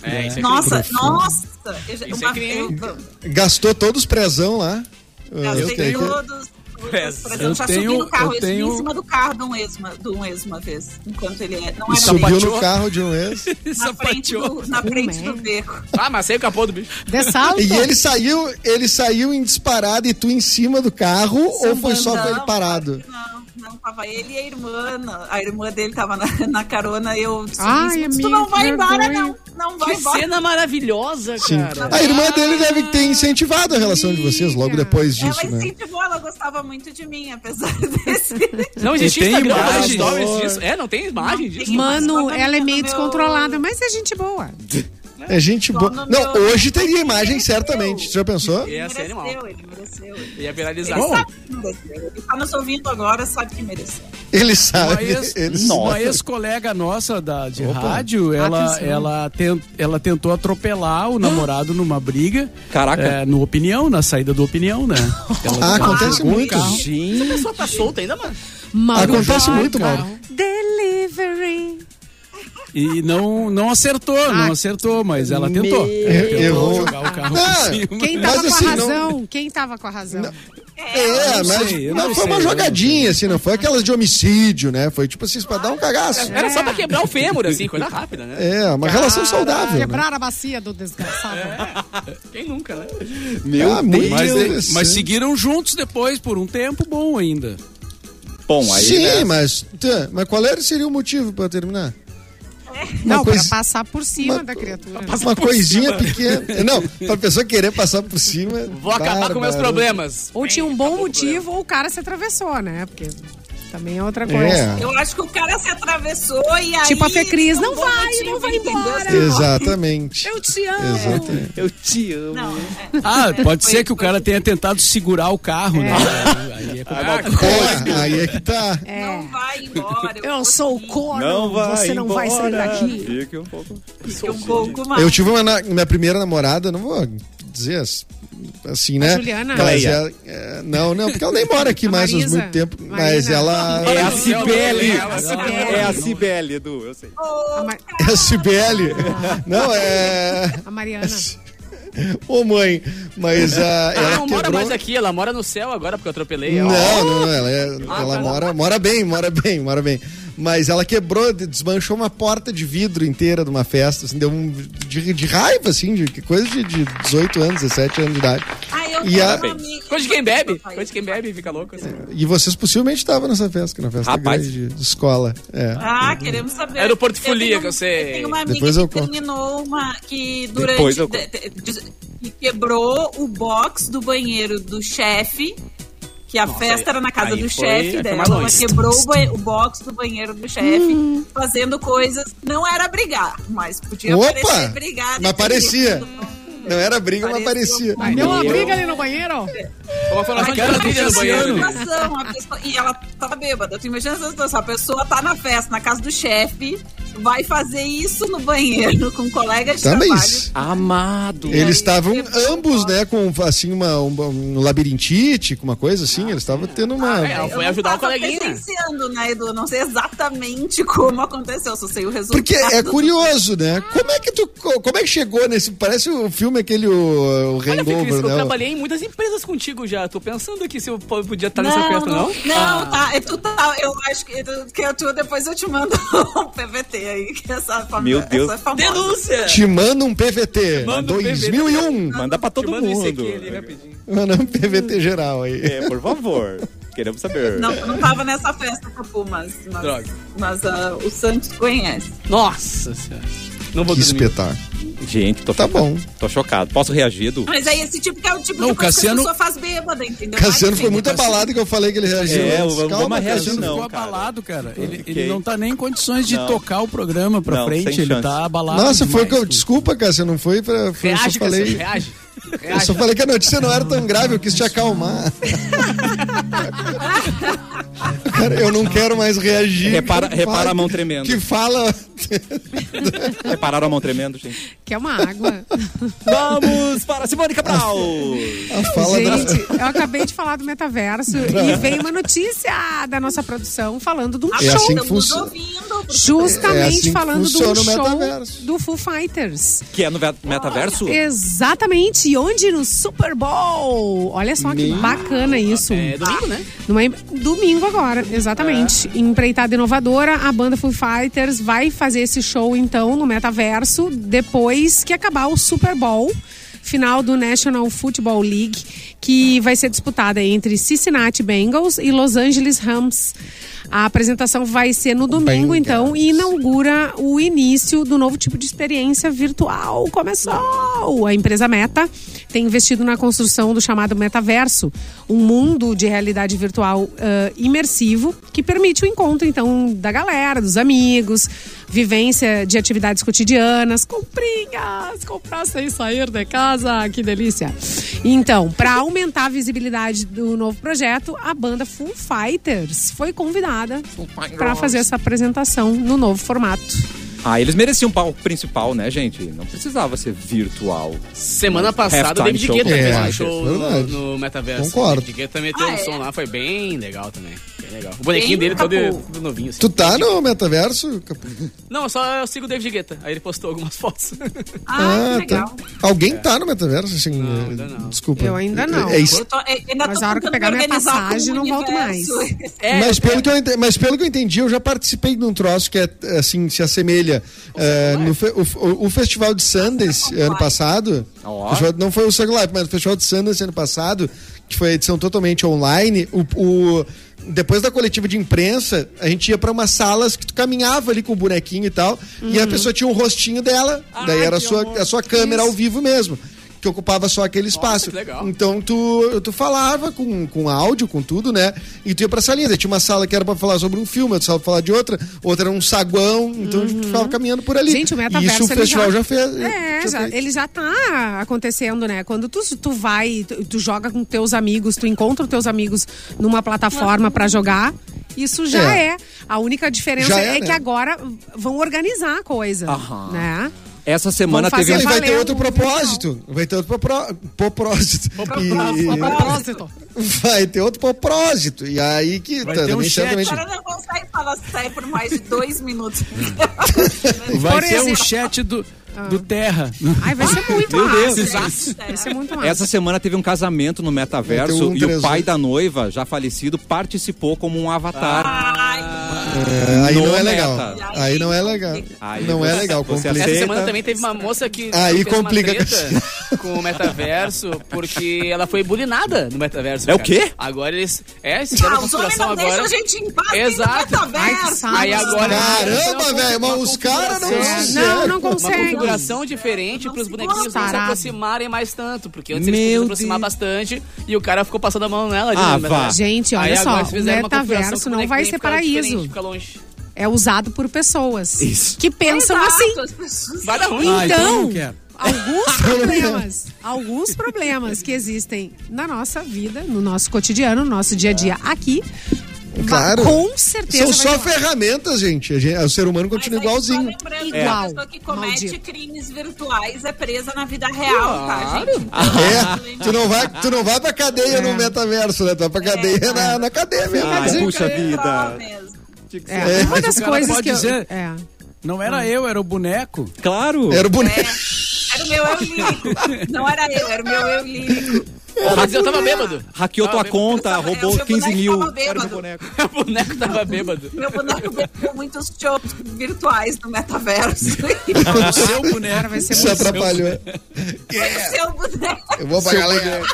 É, isso é
Nossa, nossa! Eu já,
Isso é
uma,
crime.
eu,
Gastou todos prezão lá.
gastei
sei É, que-
É,
todos. todos, por exemplo,
eu
já
tenho-
subi no carro,
eu
eu,
tenho-
subi em cima do carro de um ex, uma- de um ex uma vez, enquanto ele é- não
E
era
subiu
bêbado.
no carro de um ex.
na frente, do, na frente do
Como é?
beco.
Ah, mas saiu o capô do bicho.
De salto.
E ele saiu, ele saiu em disparada e tu em cima do carro, ou foi só com ele
Não,
parado?
Não, não, tava ele e a irmã. na- A irmã dele tava na, [LAUGHS] na carona e eu subi
Ai,
em cima,
amiga,
Tu não vai
que
embora,
vergonha."
não. Não vai
Que
embora.
cena maravilhosa,
Sim.
cara.
A irmã dele deve ter incentivado a relação de vocês logo depois disso,
Ela
né?
incentivou, ela gostava muito de mim, apesar [LAUGHS] desse.
Não existe
E tem
Instagram pra fazer
imagem.
stories disso. É, não tem imagem disso.
Mas
Mano,
quando
ela é
eu
meio
meu-
descontrolada, mas é gente boa.
né?
É gente
Igual
boa.
no
Não,
meu-
hoje teria imagem,
Ele
certamente. Você já pensou?
Ia ser
mereceu,
é animal.
ele mereceu. Ele
Ia viralizar.
Bom,
sabe que mereceu. Ele tá nos ouvindo agora, sabe que mereceu.
Ele
uma
sabe. [LAUGHS]
ex-
Ele
uma
sabe.
ex-colega nossa da, de
Opa.
rádio, ela,
Atenção.
ela, ten- ela tentou atropelar o namorado numa briga.
Caraca.
É, no opinião, na saída do opinião,
[LAUGHS]
né? Ela-
Ah, acontece
pegou o
muito.
carro.
A
Gente.
pessoa tá solta ainda, mano.
Mauro
Acontece
Jorge,
muito, Mauro.
carro. Delivery.
E não, não acertou, não acertou, mas ela tentou. Ela tentou
Errou.
jogar o carro
Não.
por cima.
Quem tava
Mas
com
assim,
a
não-
razão? Quem tava com a razão?
É, mas
sei, eu
mas
não sei,
foi uma
eu não
jogadinha, assim, não foi aquelas de homicídio, né? Foi tipo assim, pra dar um cagaço.
Era só pra quebrar o fêmur, assim, coisa rápida, né?
É, uma relação saudável. né?
Ah, Quebraram a bacia do desgraçado.
Quem nunca, né?
Meu
Ah,
Deus.
muito
Mas, é,
interessante.
mas seguiram juntos depois, por um tempo bom ainda.
Bom, aí.
Sim,
né?
mas, tá, mas qual era, seria o motivo pra terminar?
Não,
coisa-
pra passar por cima
Uma-
da criatura.
Uma coisinha pequena. Não, pra pessoa querer passar por cima.
Vou acabar com meus
bárbaro.
problemas.
Ou tinha um bom motivo, ou o cara se atravessou, né? Porque também é outra coisa.
É,
Eu acho que o cara se atravessou e aí.
Tipo a Fê Cris, não
bom
vai,
motivo,
não vai
entendeu? Assim,
embora.
exatamente.
Eu te amo.
Exatamente.
Eu te amo.
Não, é.
[LAUGHS]
Ah, pode
Foi-
ser que o
foi-
cara tenha tentado segurar o carro, né? Aí- aí é complicado.
Porra, aí é que tá.
Não vai embora.
Eu sou o
consegui,
corno,
Não vai
você não vai sair
embora.
daqui.
Fique um pouco.
fiquei um pouco mais.
Eu tive uma na- minha primeira namorada, não vou dizer as- assim, né?
Juliana.
Mas
Cleia.
ela- é, não, não, porque ela nem mora aqui
A
mais há
Marisa.
muito tempo. Mas
Marina.
ela.
É a Cibele.
Cibele.
É a Cibele, Edu, eu sei.
A, Ma-
É a Cibele. Não, é.
a Mariana.
Ô, mãe. Mas ah,
Ela
ela
não
quebrou.
mora mais aqui, ela mora no céu agora porque eu atropelei. ela.
Não, não, não, ela, é- ela mora, mora bem, mora bem, mora bem. Mas ela quebrou, de- desmanchou uma porta de vidro inteira de uma festa, assim, deu um. de, de raiva, assim, de que coisa de, de 18 anos, 17 anos de idade.
Ah, eu
E
tenho
a-
uma amiga-
Coisa de quem bebe. Coisa de quem bebe e fica louco. Assim.
E vocês possivelmente estavam nessa festa, que era uma festa
Rapaz.
grande de escola. É.
Ah, queremos saber.
Era o Portfolia
Eu tenho- um-
que eu sei.
Eu tenho uma amiga
Depois eu
que
conto.
terminou uma. que
Depois
durante.
eu conto.
de- de- que quebrou o box do banheiro do chefe. Que a festa era na casa
aí
do
foi- aí
chefe
foi
dela.
mais
Ela
longe.
quebrou o, ba- o box do banheiro do chefe,
Hum.
fazendo coisas. Não era brigar, mas podia
Opa!
parecer brigar.
Mas parecia. Não era briga, mas
Parecia
parecia.
uma-
Deu uma briga ali no banheiro?
Ah,
Uma
Ah,
formação
Tá
de
Aquela
quadrilha no
desse
banheiro.
ano.
né?
situação, a pessoa- e ela tava bêbada. Tu imagina essa situação. A pessoa tá na festa, na casa do chefe, vai fazer isso no banheiro com um colega de
Tá,
trabalho.
mas
Amado.
eles estavam ambos, né, com assim, uma, um, um labirintite, com uma coisa assim, eles estavam tendo uma.
é, Ela
Eu
foi
não
ajudar o
tava
coleguinha.
presenciando, né, Edu? Eu Não sei exatamente como aconteceu, só sei o resultado.
Porque é curioso, né?
Ah.
Como é que tu. Como é que chegou nesse. Parece o filme aquele o, o
Olha, Fê Cris,
Hangover,
que eu
né?
trabalhei em muitas empresas contigo já. Tô pensando aqui se eu po- podia estar nessa
Não,
festa,
não,
não? Ah.
não, tá, é, tu tá, eu acho que, tu- que eu, tu, depois eu te mando [LAUGHS] um PVT aí, que essa fama,
Meu Deus.
essa famosa.
Denúncia!
Te manda um PVT.
manda um
2001.
Manda pra todo
Te mando isso
mundo.
aqui ali rapidinho.
Manda um PVT geral aí.
É, por favor. Queremos saber.
Não, eu não tava nessa festa, Capu, mas, mas,
Droga.
mas, ah, o Santos conhece.
Nossa senhora. Não vou
Que
dormir.
espetáculo.
Gente, tô
Tá
chocado.
bom.
Tô chocado. Posso reagir, Edu?
Mas aí esse tipo que é o tipo
Não,
de
o
coisa
Cassiano-
que a pessoa faz bêbada, entendeu?
Cassiano
Mas,
foi
enfim,
muito abalado que eu falei que ele reagiu.
É,
antes.
o Obama
Calma,
reagiu,
Cassiano.
não.
ficou
cara.
abalado, cara. Ele,
Fiquei.
ele não tá nem em condições de
Não.
tocar o programa pra
Não,
frente,
sem
ele
chance.
tá abalado.
Nossa, foi que eu.
demais.
Desculpa, Cassiano, não foi pra. Foi, eu só
Reage, Cassiano,
falei.
reage.
Eu só falei que a notícia não era tão grave, eu quis
[LAUGHS]
te acalmar. Cara, eu não quero mais reagir.
Repara-
Que
repara
fala-
a mão tremendo.
Que fala.
Repararam a mão tremendo, gente?
Que é uma água.
Vamos para Simone Cabral.
A fala da-
Gente, eu acabei de falar do metaverso e vem uma notícia da nossa produção falando de um
Ah,
É
show.
assim que
estamos
funci-
ouvindo, porque-
Justamente
É assim que
falando de um
funciona o
show
metaverso.
do Foo Fighters.
Que é no ve- metaverso?
Exatamente, e onde no Super Bowl. Olha só que bacana isso.
É domingo, né? É.
Numa em- Domingo agora, exatamente. Empreitada inovadora, a banda Foo Fighters vai fazer esse show então no metaverso depois que acabar o Super Bowl. Final do National Football League, que vai ser disputada entre Cincinnati Bengals e Los Angeles Rams. A apresentação vai ser no domingo,
Bengals.
então, e inaugura o início do novo tipo de experiência virtual. Começou! A empresa Meta tem investido na construção do chamado metaverso, um mundo de realidade virtual ah, imersivo que permite o encontro, então, da galera, dos amigos, vivência de atividades cotidianas, comprinhas, comprar sem sair de casa, que delícia. Então, para aumentar a visibilidade do novo projeto, a banda Foo Fighters foi convidada para fazer essa apresentação no novo formato.
Ah, eles mereciam um palco principal, né, gente? Não precisava ser virtual.
Semana passada, o
Halftime
David
show
Guetta
com
fez
Foo
um
Fighters,
show
verdade.
no, no Metaverso.
Concordo.
O David Guetta meteu
Ah,
um
é?
som lá, foi bem legal também. Bem legal. O bonequinho
Bem
dele todo,
capô.
todo novinho. assim.
Tu tá no metaverso? Capu?
Não, eu só eu sigo o David Guetta. Aí ele postou
[LAUGHS]
algumas fotos.
Ah, que
tá.
legal.
Alguém tá no metaverso? Assim,
Não,
eh,
ainda não.
Desculpa.
Eu ainda não.
É isso.
Eu tô, eu ainda
Mas
tô
a hora que eu
tentando
pegar minha
organizar algum
passagem, eu não volto
universo.
É,
mas, pelo que eu entendi, mas pelo que eu entendi, eu já participei de um troço que é, assim, se assemelha. eh, no fe- o, o- o Festival de Sundance, ano passado.
Ó.
Festival- não foi o Circle Life, mas o Festival de Sundance, ano passado, que foi a edição totalmente online. O, o- depois da coletiva de imprensa, a gente ia pra umas salas que tu caminhava ali com o bonequinho e tal. E a pessoa tinha um rostinho dela. daí era a sua, a sua câmera ao vivo mesmo. Que ocupava só aquele espaço.
que legal.
Então tu, tu falava com, com áudio, com tudo, né? E tu ia pra salinha. Daí Tinha uma sala que era pra falar sobre um filme, outra sala pra falar de outra, outra era um saguão, então tu ficava caminhando por ali.
Uhum. Gente, o
E
metaverso
isso o
ele
festival já, fez.
É,
já
já-
fez.
ele já tá acontecendo, né? Quando tu, tu vai, tu, tu joga com teus amigos, tu encontra os teus amigos numa plataforma pra jogar. Isso já é.
É.
A única diferença
Já
é,
é,
que
né?
agora vão organizar a coisa,
Aham.
né?
Essa semana
Vamos
teve
fazer
um
Ele vai ter
valeu,
outro
legal.
propósito. Vai ter outro popro... poprósito. E... Vai ter outro poprósito. E aí que
Vai
tá,
ter um
também
chat.
certamente.
Agora não consegue falar sério por mais de dois minutos.
Vai
Por
ter um
exemplo- Ah.
chat do, do Terra.
Ai, vai ser muito
Meu Deus.
massa.
Exato.
Vai ser muito massa.
Essa semana teve um casamento no
Vai ter
metaverso
um
e o
três,
pai
né?
da noiva, já falecido, participou como um
Ah.
avatar.
Ai,
É, aí
No
não é
né,
meta.
legal. Aí não é legal.
Aí
não é
você-
legal.
você
complica.
aceita.
Essa semana também teve uma moça que
Aí
fez uma
[LAUGHS]
complica.
treta com o metaverso, porque ela foi bulinada no metaverso.
É o
cara.
quê?
Agora eles. É, eles
ah,
fizeram
os homens
conspiração
não
agora.
deixam a gente em paz.
Exato.
Tem no
Ai, que
metaverso.
saco.
Aí agora.
Caramba,
é
velho, mas os caras não
configuração-
é
Não, não
Uma
consegue.
configuração diferente
Não
para os
se
bonequinhos não se
tarado.
aproximarem mais tanto, porque antes eles
Meu
podiam se aproximar
Deus.
bastante e o cara ficou passando a mão nela. ali
Ah,
no metaverso.
vá.
Gente, olha
Aí
só,
agora eles fizeram
o
uma configuração
metaverso
que o
não
boneco
vai
tem
ser
que ficar
paraíso.
diferente, fica longe.
É usado por pessoas
Isso.
que pensam
Exato,
assim.
as pessoas-
Vai dar ruim.
Ah, então [LAUGHS] eu
Então,
não quero.
alguns problemas, alguns problemas que existem na nossa vida, no nosso cotidiano, no nosso dia a dia aqui, va-
Claro.
com certeza
São
vai
só
ter lá.
ferramentas, gente. A gente- O ser humano
Mas é
continua
aí, só
igualzinho.
lembrando que
Igual.
A pessoa que comete
Maldito.
crimes virtuais é presa na vida real, tá, gente?
É, tu não vai, tu não vai pra cadeia no metaverso, né? Tu vai pra cadeia na, na cadeia mesmo. assim.
Ai,
Sim.
puxa
Real
vida.
mesmo.
É, uma
Mas
das
o cara
coisas
pode
que eu,
dizer-
é.
Não era eu, era o boneco.
Claro.
Era o boneco.
Era o meu eu lírico. Não era eu, era o meu eu lírico.
Mas eu tava bêbado. [LAUGHS]
Hackeou tua
Ah,
conta,
eu tava- é, o
Tá, roubou
meu
15
boneco
mil.
tava
Era
bêbado.
o meu boneco.
O boneco tava bêbado.
Meu boneco bebeu muitos shows virtuais no metaverso.
[LAUGHS]
O seu boneco.
vai ser
Se atrapalhou.
Seu boneco.
Eu vou pra galera.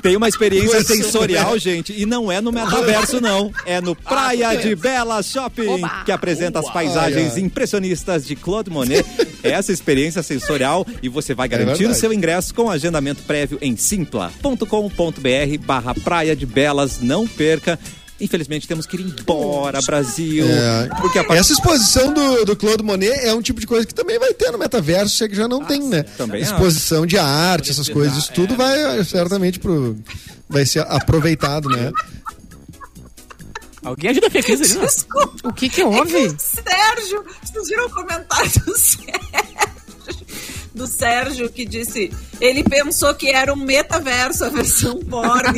Tem uma experiência
Foi super.
sensorial, gente, e não é no metaverso, não. É no
Ah,
Praia de Bela Shopping, que apresenta as paisagens
Ai, ai.
impressionistas de Claude
[LAUGHS]
Monet. Essa experiência sensorial e você vai garantir o
É verdade.
seu ingresso com agendamento prévio em simpla.com.br barra Praia de Belas. Não perca. Infelizmente temos que ir embora, Brasil.
É.
Porque a partir
Essa exposição do, do Claude Monet é um tipo de coisa que também vai ter no metaverso, sei que já não tem, né?
também acho.
exposição de arte, essas coisas, isso tudo vai certamente pro, vai ser aproveitado, né?
Alguém ajuda a Fecris ali,
[LAUGHS]
não?
Desculpa.
O que que houve?
É que o Sérgio, vocês viram o comentário do Sérgio, do Sérgio que disse, ele pensou que era um metaverso, a versão Borg.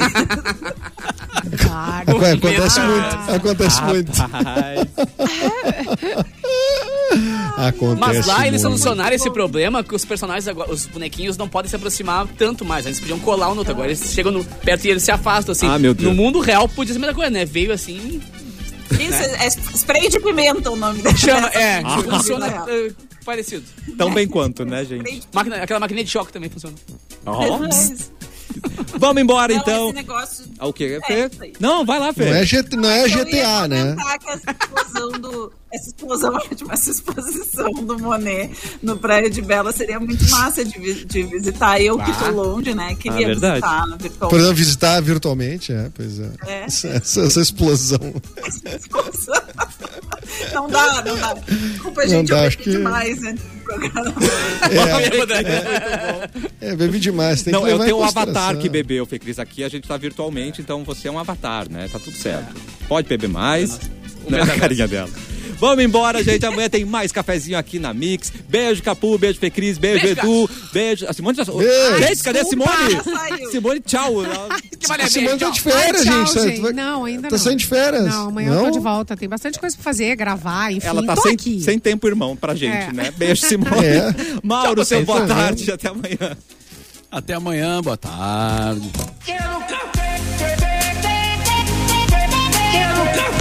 Claro.
Ué, É, acontece muito, acontece
[LAUGHS]
muito. Acontece
Mas lá eles
muito.
solucionaram esse problema que os personagens agora, os bonequinhos não podem se aproximar tanto mais. Antes podiam colar um no outro, agora eles chegam no- perto e eles se afastam, assim.
Ah, meu Deus.
No mundo real podia ser a mesma coisa, né? Veio assim,
Isso,
né?
é spray de pimenta o nome da
chama,
dessa
é,
coisa.
funciona eh, parecido.
tão bem quanto, né, gente?
Máquina- aquela maquininha de choque também funciona.
Ó.
Mas,
Vamos embora,
não,
então.
É, esse negócio
Ah, O quê?
É,
Fê?
isso aí. Então,
Não, vai lá, Fê.
Não é, G- não é
Eu ia
GTA, né?
comentar que essa explosão do. Essa explosão, [LAUGHS] ótimo, essa exposição do Monet no Praia de Bela seria muito massa de, vi- de visitar. Eu que tô longe, né? Queria
Ah, verdade.
visitar
Por
virtualmente
exemplo, visitar virtualmente, é, pois é.
É.
[LAUGHS]
Essa, essa- essa explosão.
essa explosão. [LAUGHS] Não dá, não dá. Desculpa,
Não
gente,
dá,
eu
acho
bebi
que-
demais né? [LAUGHS] antes do programa. é
É, bebi demais. Tem
Não,
que
eu
levar em
tenho um
consideração. né?
avatar que bebeu, Fê Cris. Aqui a gente tá virtualmente, então você é um avatar, né? Tá tudo certo. Pode beber mais. Não
tá
é a carinha dela. Vamos embora, gente. Amanhã tem mais cafezinho aqui na Mix. Beijo, Capu. Beijo, Fê Cris. Beijo, Edu. Beijo. A Simone já. Ah,
Beijo.
Gente, cadê a
Desculpa,
Simone?
já saiu.
[LAUGHS] Simone, tchau.
Tá
A Simone tá de
Ai,
férias,
tchau,
gente. sabe? Tu vai-
Não, ainda
Tá
não.
saindo de férias?
Não, amanhã eu
Não?
tô de volta. Tem bastante coisa pra fazer, gravar, enfim.
Ela tá
tô
sem,
aqui.
sem tempo, irmão, pra gente,
É.
né? Beijo, Simone.
É.
Mauro, seu
vocês
boa
também.
tarde. Até amanhã.
Até amanhã, boa tarde.
Quero café. Quero café.